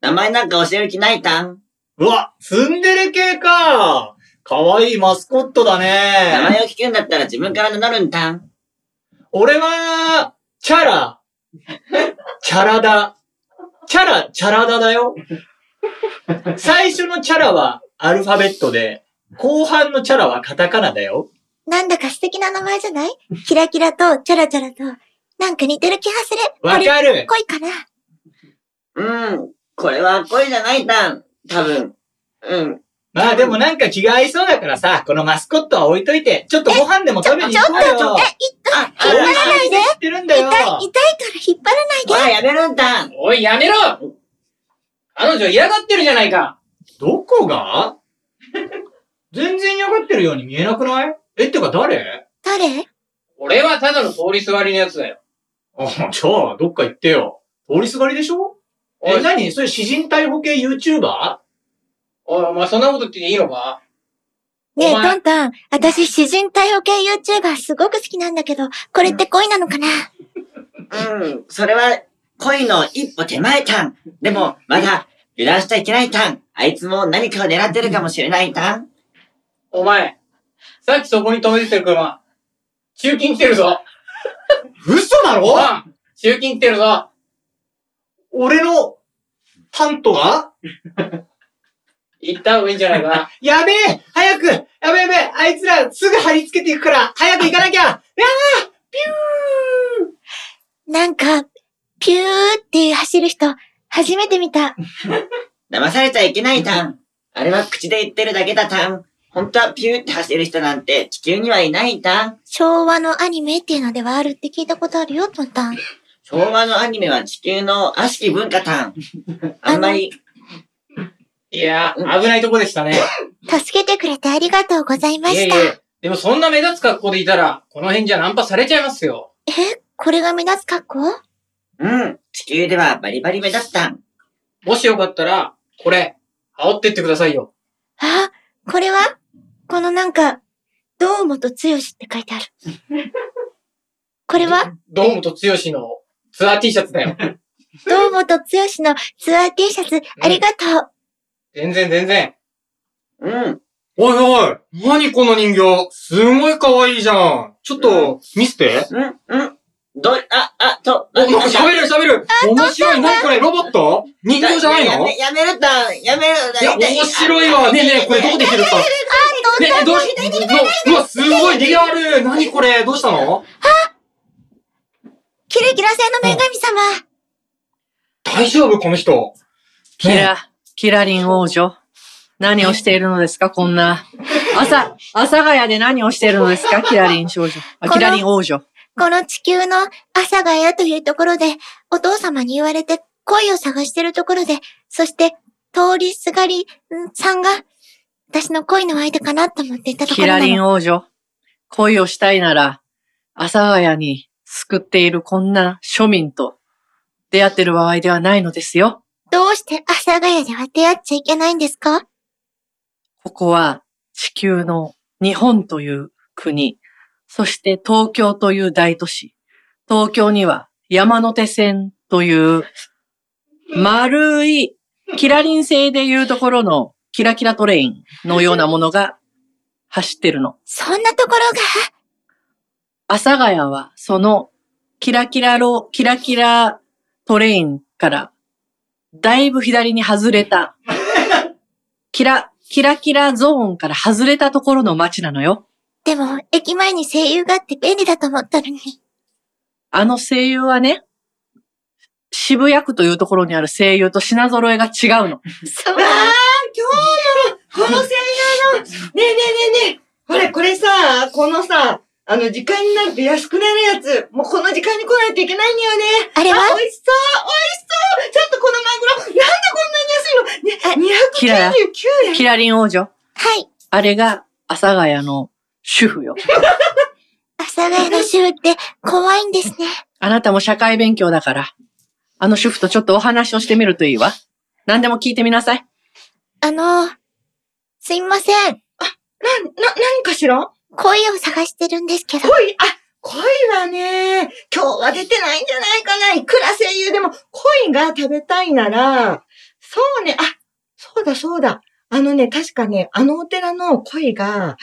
B: 名前なんか教える気ないタン。
E: うわ、ツンデレ系か。可愛いマスコットだ
B: 名
E: ね。
B: 前を聞くんだったら自分から名乗るんタン。
E: 俺は、チャラ。チャラだ。チャラ、チャラだだよ。最初のチャラはアルファベットで、後半のチャラはカタカナだよ。
D: なんだか素敵な名前じゃないキラキラと、チャラチャラと、なんか似てる気がする。
E: わ
D: これ、
E: か
D: 恋
E: る
D: かな
B: うん。これは恋じゃないタン。多分。うん。
E: まあでもなんか気が合いそうだからさ、このマスコットは置いといて、ちょっとご飯でも食べに行こうよ。
D: ちょっと、え、
B: あ、
E: おいしいで知ってるんだ
D: 痛い、
E: よ
D: 痛いから引っ張らないで。
B: あ、やめるんタン。
F: おい、やめろあ彼女嫌がってるじゃないか。
E: どこが全然嫌がってるように見えなくないえ、ってか誰
D: 誰
F: 俺はただの通りすがりのやつだよ。
E: あ、じゃあ、どっか行ってよ。通りすがりでしょ
F: お
E: え、
F: い
E: 何それ、詩人逮捕系 YouTuber?
F: おい、お前そんなこと言っていいのか
D: ねえ、
F: お前
D: トントン、私、詩人逮捕系 YouTuber すごく好きなんだけど、これって恋なのかな
B: うん、それは恋の一歩手前タン。でも、まだ油断しちゃいけないタン。あいつも何かを狙ってるかもしれないタン。
F: お前、さっきそこに止めてる車、中金来てるぞ。
E: 嘘だ
F: お
E: ろ
F: ん中金来てるぞ。
E: 俺の、担当が
F: 行った方がいいんじゃないか
E: やべえ早くやべえやべえあいつらすぐ貼り付けていくから早く行かなきゃ
D: なんか、ピューって走る人、初めて見た。
B: 騙されちゃいけないタン。あれは口で言ってるだけだタン。本当はピューって走る人なんて地球にはいないタン。
D: 昭和のアニメっていうのではあるって聞いたことあるよ、トントン。
B: 昭和のアニメは地球の悪しき文化タン。あんまり、
F: な。いやー、危ないとこでしたね。
D: 助けてくれてありがとうございま
F: いや
D: し
F: い
D: た。
F: や、でもそんな目立つ格好でいたら、この辺じゃナンパされちゃいますよ。
D: え、これが目立つ格好
B: うん、地球ではバリバリ目立つタン。
F: もしよかったら、これ、羽織ってってくださいよ。
D: あ、これはこのなんか、堂本剛って書いてある。 これは
F: どうもと剛のツアー T シャツ だよ。
D: 堂本剛のツアー T シャツ、ありがと
F: 全然全然。
B: うん、
E: おいおい何この人形すごい可愛いじゃんちょっと、見せて
B: うん、うん。どい、あ、あ、と、
E: お、なんか喋る喋る面白い何これロボット人形じゃない
B: や
E: の
B: め、やめるタン。やめる。
E: いや、面白いわ。ねえねえ、これどこできるか。ねえ、どうし、うわ、うわすごいリアル。何これ、どうしたの
D: うキラキラ星の女神様
E: 大丈夫この人。
A: キラ、キラリン王女。何をしているのですか、こんな。朝、阿佐ヶ谷で何をしているのです か、キラリン少女。あ
D: この
A: キラリン王女。
D: この地球の朝がやというところで、お父様に言われて恋を探してるところで、そして通りすがりんさんが、私の恋の相手かなと思っていたとこ
A: キ
D: ろ
A: ラ
D: な
A: リン
D: の。
A: 王女。恋をしたいなら、阿佐ヶ谷に救っているこんな庶民と出会ってる場合ではないのですよ。
D: どうして朝がやでは出会っちゃいけないんですか
A: ここは地球の日本という国、そして東京という大都市。東京には山手線という丸いキラリン製でいうところのキラキラトレインのようなものが走ってるの。
D: そんなところが、
A: 阿佐ヶ谷はそのキラキラロ、キラキラトレインからだいぶ左に外れた、キラ、キラキラゾーンから外れたところの街なのよ。
D: でも、駅前に声優があって便利だと思ったのに。
A: あの声優はね、渋谷区というところにある声優と品揃えが違うの。
D: そう。
C: この声優の、ねえねえねえねえ、ほら、これさ、このさ、あの、時間になると安くなるやつ、もうこの時間に来ないといけないんだよね。
D: あれは
C: あ美味しそう美味しそうちょっとこのマグロ、なんでこんなに安いのね、299円
A: キラリン王女。
D: はい。
A: あれが阿佐ヶ谷の主婦よ。
D: 朝がやの主婦って怖いんですね。
A: あなたも社会勉強だから、あの主婦とちょっとお話をしてみるといいわ。何でも聞いてみなさい。
D: あの、すいません。
C: な、何かしら
D: 恋を探してるんですけど。
C: 恋、あ、恋はね、今日は出てないんじゃないかな。いくら声優でも恋が食べたいなら、そうね、あ、そうだそうだ。あのね、確かね、あのお寺の恋が、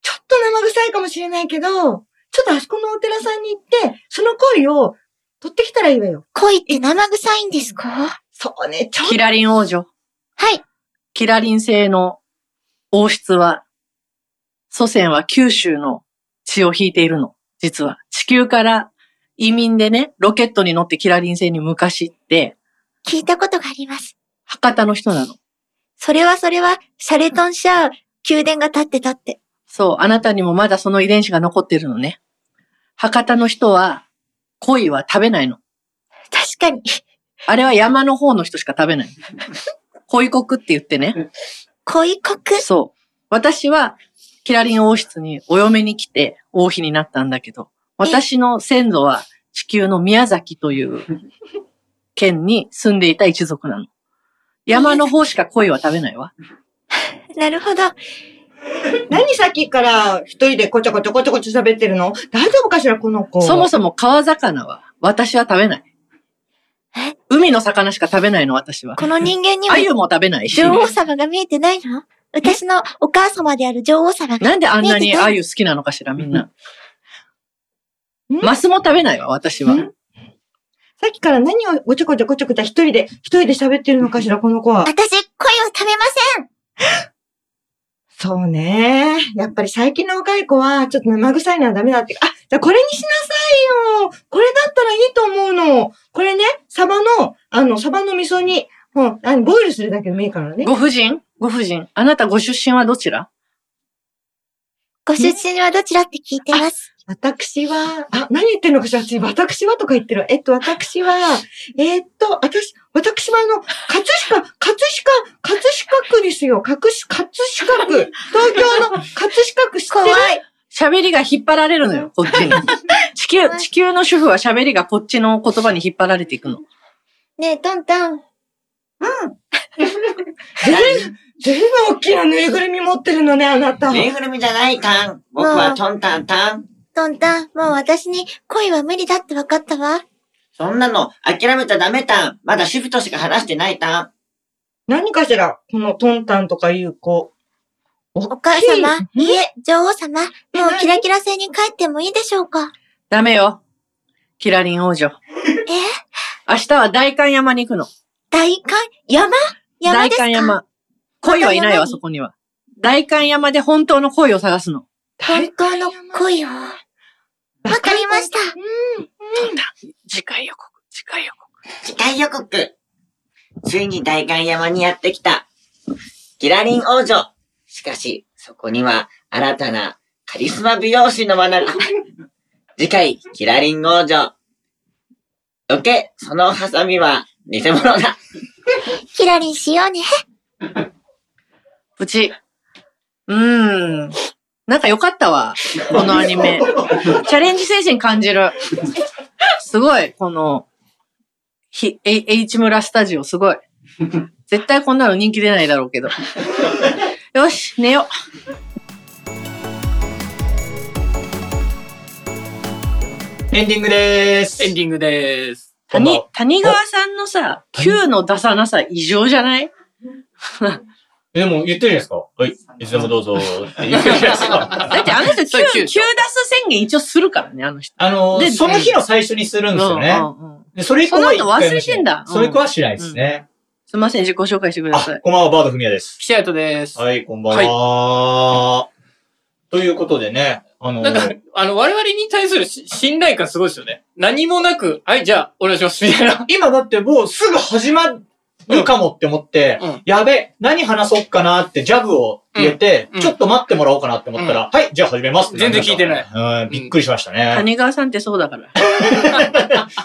C: ちょっと生臭いかもしれないけど、ちょっとあそこのお寺さんに行って、その恋を取ってきたらいいわよ。
D: 恋って生臭いんですかは
C: そうね、ちょっ
A: キラリン王女。
D: い。
A: キラリン製の王室は、祖先は九州の血を引いているの。実は。地球から移民でね、ロケットに乗ってキラリン製に昔行って、
D: 聞いたことがあります。
A: 博多の人なの。
D: それはそれは、シャレトンシャー、宮殿が建ってたって。
A: そう、あなたにもまだその遺伝子が残ってるのね。博多の人は、恋は食べないの。
D: 確かに。
A: あれは山の方の人しか食べない。恋国って言ってね。
D: 恋国。
A: そう。私は、キラリン王室にお嫁に来て王妃になったんだけど、私の先祖は地球の宮崎という県に住んでいた一族なの。山の方しか鯉は食べないわ。
D: なるほど。
C: 何さっきから一人でこちょこちょこちょこちょ喋ってるの大丈夫かしら、この子。
A: そもそも川魚は私は食べない
D: え。
A: 海の魚しか食べないの、私は。
D: この人間には
A: 鮎も食べないし。
D: 女王様が見えてないの私のお母様である女王様が。
A: なんであんな
D: 見え
A: に
D: てた
A: 鮎好きなのかしら、みんな。
C: うん
A: マスも食べないわ、私
C: う
A: は
C: ん。さっきから何をごちょこちょこちょこちょ一人で、一人で喋ってるのかしら、この子は。
D: 私、恋を食べません
C: そうね。やっぱり最近の若い子は、ちょっと生臭いのはダメだって。あ、じゃあこれにしなさいよ。これだったらいいと思うの。これね、サバの、あの、サバの味噌煮。もう、あのボイルするだけでもいいからね。
A: ご婦人ご婦人あなたご出身はどちら
D: ご出身はどちらって聞いてます。
C: 私は、あ、何言ってんのかしら私、私はとか言ってる。えっと、私は、えーっと、私、私はあの、葛飾、葛飾、葛飾区ですよ。葛飾、葛飾区。東京の葛飾区知ってる
D: 怖い。
A: 喋りが引っ張られるのよ、こっち に。地球、地球の主婦は喋りがこっちの言葉に引っ張られていくの。
D: ねえ、トントン。
C: 全然、全部大きなぬいぐるみ持ってるのね、あなた。
G: ぬいぐるみじゃないタン。僕はトンタンタン。
D: トンタン、もう私に恋は無理だって分かったわ。
G: そんなの諦めちゃダメタン。まだシフトしか話してないタン。
C: 何かしら、このトンタンとかいう子。
D: お
C: お
D: 母様、い
C: い
D: え、女王様、もう
C: 何
D: キラキラ星に帰ってもいいでしょうか
A: ダメよ。キラリン王女。
D: え
A: 明日は大観山に行くの。
D: 大観、山山
A: 大
D: ですか
A: 観山。恋はいない
D: また山
A: わ、
D: に
A: そこには。大観山で本当の恋を探すの。
D: 本当の恋を。わ
C: わ
D: かりました。
A: 次回予告、次回予告。
G: 次回予告。ついに大観山にやってきた。ギラリン王女。しかし、そこには新たなカリスマ美容師の罠が。次回、ギラリン王女。どけ、そのハサミは偽物だ。
D: キラリンしようね。
A: プチ。うーん。なんか良かったわ。このアニメ。チャレンジ精神感じる。すごい、この、ひ、え、H 村スタジオすごい。絶対こんなの人気出ないだろうけど。よし、寝よう。
E: エンディングでーす。
F: エンディングです。
E: こんばん
A: 谷
E: は、
A: 谷川さんのさ、Q の出さなさ異常じゃない
E: えでも言ってるんですかはい。いつでもどう ぞーって言ってるんですか
A: だってあの人 Q、
F: それ
A: Q
F: 急
A: 出す宣言一応するからね、あの人。
E: あの ー
A: で
E: その日の最初にするんですよね。
A: うんうんうん
E: でそれ以降は一回もしな
A: その後
E: い
A: 忘れてんだうん
E: それ以降はしないですね。
A: すいません、自己紹介してくださ
E: あ
A: い、。
E: こんばんは、バードフミヤです。
F: キシャイトです。
E: はい、こんばんは、ということでね、あのー
F: なんか、あの、我々に対するし信頼感すごいですよね。何もなく、はい、じゃあ、お願いします、みたいな。
E: 今だってもうすぐ始まるかもって思って、
F: うん
E: やべ、何話そうかなってジャブを入れて、
F: うんうん
E: ちょっと待ってもらおうかなって思ったら、はい、じゃあ始めますってりましたからね
F: 全
E: うん、びっくりしましたね。
A: 谷川さんってそうだから。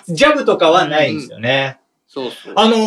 E: ジャブとかはないんですよね。
F: そうそう。
E: あの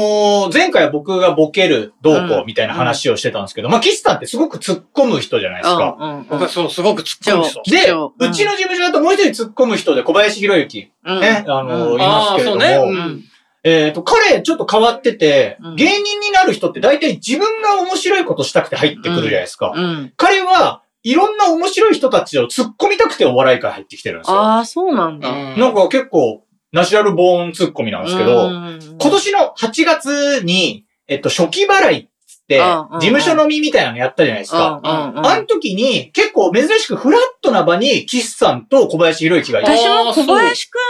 E: ー、前回僕がボケるどうこうみたいな話をしてたんですけど、まあ、岸さんってすごく突っ込む人じゃないですか。
A: うんうん
F: 僕
A: う
F: は
A: ん。
F: そう、すごく突っ込んでそう。
E: で、
A: そう
E: うちの事務所だともう一人突っ込む人で小林博之、
A: うん
E: ね、あのー
A: う
E: い
A: ん
E: ますけれども、
F: あーそうねうん
A: うん
E: えっ、と、彼、ちょっと変わってて、
A: うん
E: 芸人になる人って大体自分が面白いことしたくて入ってくるじゃないですか。
A: うん。
E: 彼は、いろんな面白い人たちを突っ込みたくてお笑い界入ってきてるんですよ。
A: ああ、そうなんだ。
E: なんか結構、ナチュラルボーン突っ込みなんですけ
A: う
E: ど、
A: ん
E: 今年の8月に、えっと、初期払いっつって、
A: うんうんう
E: 事
A: ん
E: 務所飲みみたいなのやったじゃないですか。
A: うんうんうん
E: あの時に、結構珍しくフラットな場に、岸さんと小林博之がいて、
A: 私も小
F: あー
A: 林くん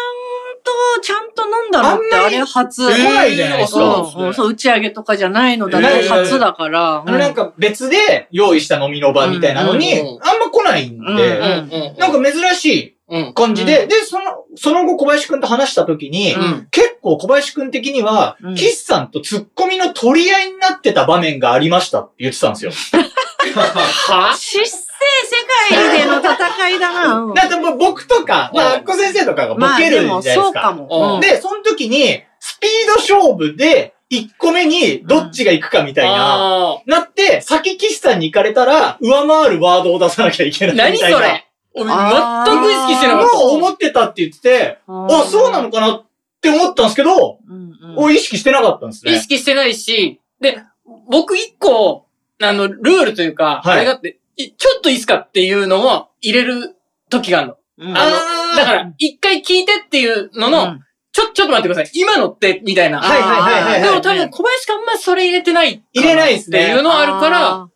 A: とちゃんと飲んだのって
E: あん
A: あ
E: まり
A: れ初。
E: 来ないじゃないです
A: そう
E: か。
F: そ
A: ん
F: う
A: うんそう、打ち上げとかじゃないのだ
E: ない
A: と初だから。
E: あのなんか別で用意した飲みの場みたいなのに、
F: うんうんうん
E: あんま来ないんで、
A: うん
F: うんうん。
E: なんか珍し
F: うん
E: い。感じで、で、その、その後小林くんと話した時に、
A: うん
E: 結構小林くん的には、
A: うん
E: 岸さんとツッコミの取り合いになってた場面がありましたって言ってたんですよ。
F: は
A: 失勢世界での戦いだな。うん
E: なんかもう僕とか、まあ、
F: うん
E: アッコ先生とかがボ
A: まあ
E: ケ
A: で
E: るじゃない
A: も
E: です
A: そう
E: か。
A: かも。うん
E: で、その時に、スピード勝負で、 1個目にどっちが行くかみたいな、
F: あー
E: なって、先岸さんに行かれたら、上回るワードを出さなきゃいけない
F: 何
E: み
F: そ
E: たいな。
F: れ俺
A: あー
F: 全く意識してなか
E: も
F: った。
E: う思ってたって言ってて、あ、
A: あ
E: そうなのかなって思ったんですけど、
A: うんうん
E: を意識してなかったんです
F: 意
E: ね。
F: 識してないし、で、僕一個、あの、ルールというか、
E: はい
F: あれがあって、いちょっといいっすかっていうのを入れる時があるの。
A: うん
F: あ
E: あ
F: の、
E: ー
F: だから、一回聞いてっていうの
A: う
F: の、
A: ん
F: ちょ、ちょっと待ってください。今のって、みたいな。
E: はいはいはいはいはい
F: でも多分、小林くんあんまそれ入れてない。
E: 入れないですね
F: っていうのはあるから、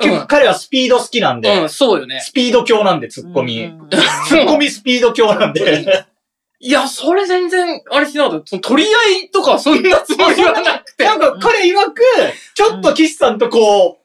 E: 結構彼はスピード好きなん
F: うん、う
E: で
F: ん、、そうよね。
E: スピード強なんで、ツッコ
A: う
E: ミ。
A: んうんうん
E: ツッコミスピード強なんで。
F: いや、それ全然、あれしなかった。その取り合いとか、そんなつもりはなくて。
E: なんか彼曰く、ちょっと岸さんとこ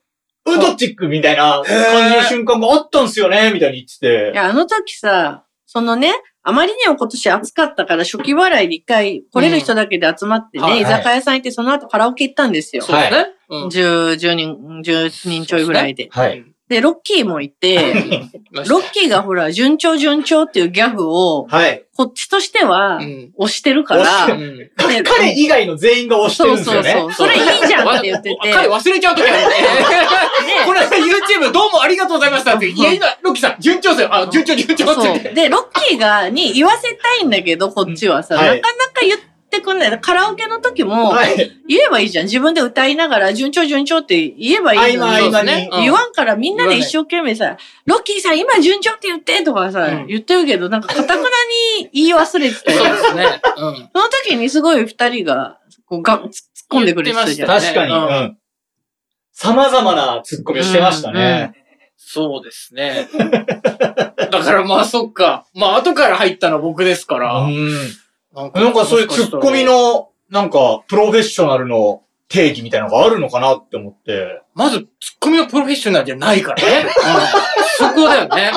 E: う、ウドチックみたいな感じの瞬間があったんすよね、みたいに言って
A: い
E: て。
A: や、あの時さ、そのね、あまりにも今年暑かったから、初期払いで一回来れる人だけで集まってね、
F: うんはい
A: 居酒屋さん行って、その後カラオケ行ったんですよ。
F: そうですね。うん
A: 10、10人、10人ちょいぐらいで。
E: は。
A: で、ロッキーもいて、
F: まし
A: ロッキーがほら、順調順調っていうギャグを、
E: はい。
A: こっちとしては
F: たうん
A: 押してるから、
E: 押
F: うん
A: で
E: 彼以外の全員が押してるんですよね。
A: そうそうそう。それいいじゃんって言ってて。
F: 彼忘れちゃうときあるね。この間 YouTube どうもありがとうございましたって。いや、今、ロッキーさん、順調ですよ。あ、順調、順調って
A: そ
F: 言
A: う
F: っ。て。
A: で、ロッキーが、に言わせたいんだけど、こっちはさ、
E: うんは
A: な
E: い
A: かなか言ってくんない。カラオケの時も、
E: はい。
A: 言えばいいじゃん。自分で歌いながら、順調順調って言えばいい
E: 合
A: のに。
E: 間合間
F: そうですね
E: に。
F: うん
A: 言わんからみんなで一生懸命さ、ロッキーさん今順調って言ってとかさ、
F: うん
A: 言ってるけど、なんかかたくなに言い忘れてたよ
F: そうですね。うん。
A: その時にすごい二人が、こう、が突っ込んでくれてたじゃん。
F: 言ってまし
E: 確かに。
F: うん
E: うん。様々なツッコミをしてましたね。
F: そうですね。だからまあそっか。まあ後から入ったのは僕ですから。
E: うん。
F: なん
E: なんかそういうツッコミ。の、なんか、プロフェッショナルの定義みたいなのがあるのかなって思って。
F: まず、ツッコミのプロフェッショナルじゃないか らね。うんそこだよね。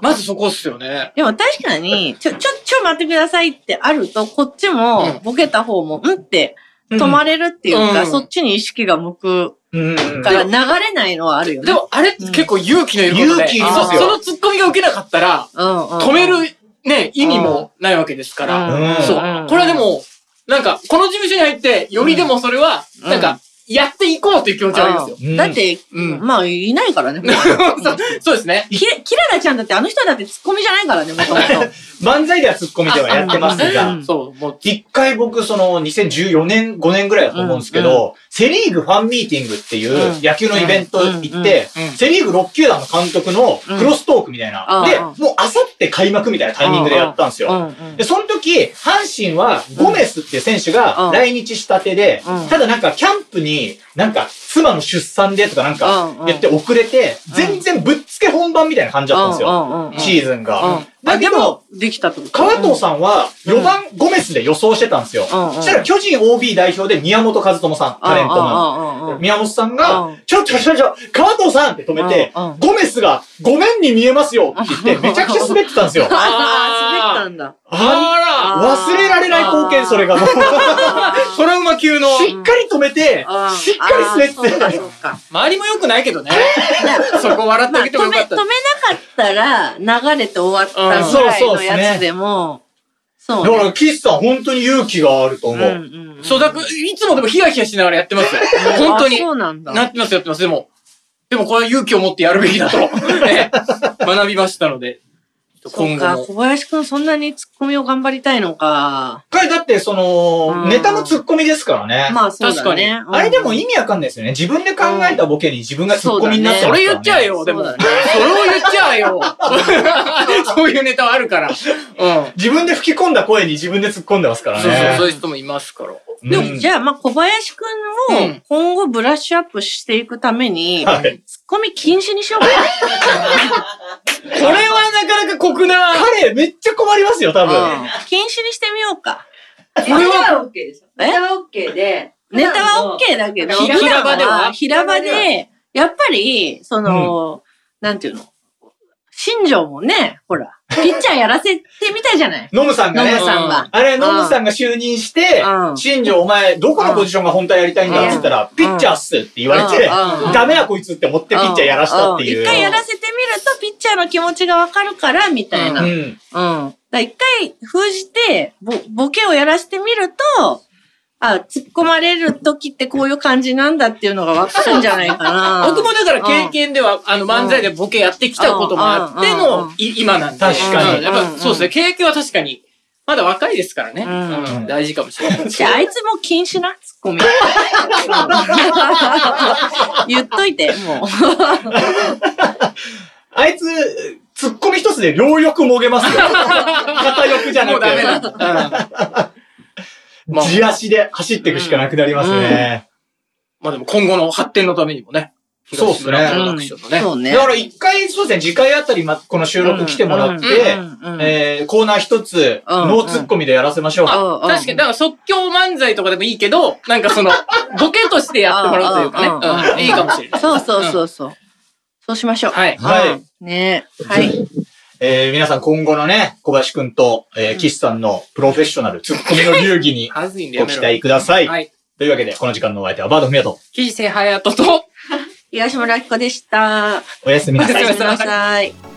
F: まずそこっすよね。
A: でも確かに、ちょ、ちょ、ちょ待ってくださいってあると、こっち
F: うん
A: も、ボケた方も、うんって止まれるっていうか、
F: うん
A: そっちに意識が向く
E: うん。
A: から流れないのはあるよね。
F: でもあれって結構勇気のいることで。
E: 勇気いり
A: ますよ
F: そそのツッコミが受けなかったら、
A: うんうん、
F: 止めるね、意味もないわけですから。
E: うん
F: そう。これはで
A: うん、
F: も、なんか、この事務所に入って、よりでもそれは、
A: うん
F: なんか、やっていこうという気持ちはありますよ。
E: うん
A: だって、
F: うん
A: まあ、いない からね。
F: そうそうですね。
A: キラキララちゃんだって、あの人だってツッコミじゃないからね、もともと。
E: 漫才ではツッコミではやってます
A: う
E: が
A: ん、
F: そう、もう、
E: 一回僕、その、2014年、5年ぐらいだと思うんですけど、セリーグファンミーティングっていう
A: うん
E: 野球のイベント行って
F: うんうん、
E: セリーグ6球団の監督のクロストークみたい
A: うん
E: な。で、もうあさって開幕みたいなタイミングでやったんですよ。
A: うん
E: で、その時、阪神は、ゴメスっていう選手
A: うん
E: が来日したてで、
A: うん
E: ただなんか、キャンプに、なんか、妻の出産でとかなんか、
A: うんうん
E: やって遅れて、
A: ん
E: 全然ぶっつけ本番みたいな感じだったんです
A: う
E: よ。
A: んうんうんうん
E: シーズンが。
A: あ、
E: だ
A: で
E: けど
A: も、、できたってこと
E: 川藤さんは4番ゴメスで予想してたんですよ。
A: うんうん
E: そしたら巨人 OB 代表で宮本和智さん、タレントの。
A: の
E: 宮本さん
A: う
E: が
A: ん、
E: ちょちょちょちょ、川藤さんって止めて
A: うんうん、。
E: ゴメスがごめんに見えますよって言って、めちゃくちゃ滑ってたんですよ
A: ああ、滑ったんだ。
E: あ
A: あ
E: ん
A: ー
E: 忘れられない光景、それがもう。
F: トラウマ級の、
E: しっかり止めて、しっかり滑って。
A: そうか。
F: 周りも良くないけどね。そこ笑って
A: ま
F: あ
A: あ、
F: げ
A: 止
F: て
A: め、止
F: もよ
A: めな
F: かった。
A: かったら、流れて終わったぐらいのやつでも、そ
E: だ
A: うね。
E: から、岸さん、本当に勇気があると思う。
A: んん
F: そうだく、いつもでもヒヤヒヤしながらやってますよ。本当
A: あ
F: に。
A: そうなんだ。
F: なってます、やってます。でも、でもこれは勇気を持ってやるべきだと、 ね学びましたので、
A: そ
F: 今
A: う
F: 後
A: か、
F: も。
A: 小林くんそんなにツッコミを頑張りたいのか。
E: 彼だって、その、
A: うん
E: ネタのツッコミですからね。
A: まあ、そうだね。うん
E: あれでも意味わかんないですよね。自分で考えたボケに自分がツッコミになって
F: そ
E: ます
F: れ
E: からね
F: 言っちゃえよ、でも。
A: そ
F: そう
A: だ
F: れを言っちゃえよ。そういうネタはあるから。うん。そう
E: 自分で吹き込んだ声に自分で突っ込んでますから
F: そう、そうい
E: ね。
F: う人もいますから。
E: うん
A: でも、じゃあ、まあ、小林く
F: うん
A: を
F: ん
A: 今後ブラッシュアップしていくために、
E: はい
A: ツッコミ禁止にしようかな。
F: これはなかなか酷な。
E: 彼、めっちゃ困りますよ、多分。
A: 禁止にしてみようか。
B: ネタは OK です。
A: え
B: ネタは OK で。
A: ネタは OK だけど、
F: 平場
A: 普段
F: では
A: 平場で、やっぱり、その、なんていうの、新庄もね、ほら、ピッチャーやらせてみたじゃない
E: ノムさん
A: ノ
E: が
A: ム
E: ね。
A: さんが。
E: あれ、ノムさんが就任して
A: う、ん
E: 新庄お前、どこのポジションが本当はやりたいんだって言ったら、ピッチャーっすって言われて、
A: うんうん
E: ダメだこいつって思ってピッチャーやらしたっていう。
A: ん一回やらせてみると、ピッチャーの気持ちがわかるから、みたいな。
E: う
A: うん。
E: ん。
A: だから一回封じてボ、ボケをやらせてみると、あ、突っ込まれる時ってこういう感じなんだっていうのが分かるんじゃないかな。
F: 僕もだから経験では、あの漫才でボケやってきたこともあって
A: うん
F: の
A: うん、
F: い今なんで。
E: 確かに
F: うんやっぱそうですね。経験は確かに、まだ若いですからね。
A: うん
F: うん大事かもしれ ない。
A: じゃあ、あいつも禁止な、ツッ コミ。言っといて、もう。
E: あいつ、ツッコミ一つで両翼もげます よ。片翼じゃな
F: もう
E: く
F: ダメ
E: て、
F: なんだ。うんまあ、
E: 地足で走っていくしかなくなりますね。
F: まあでも今後の発展のためにもね。
E: そうっすね
F: 東村プロダクションのね。
A: そうね
E: だ。から一回、そうですね、次回あたり、ま、この収録来てもらっ
A: う
E: て、
A: んうん
E: えー、コーナー一つ、
A: うん
E: ノーツッコミでやらせましょう。
A: うんうん
F: 確かに、だから即興漫才とかでもいいけど、なんかその、ボケとしてやってもらうという
A: うんうん
F: か
A: うん
F: ねうん。いいかもしれない。
A: そうそうそうそう。そうしましょう。
F: はい。
E: はい
A: うん。ねえはい。
E: えー皆さん今後のね、小林くんと、えー、岸さんのプロフェッショナルツッコミの流儀に
F: はずいんでや
E: ご
F: め
E: 期
F: ろ。
E: 待ください。
F: はい。
E: というわけで、この時間のお相手はバードフミヤと、
F: 記事生ハヤトと、
A: 東村明子でした。
E: おやすみ
A: お
E: な
A: や
E: さい。
A: すみなさい。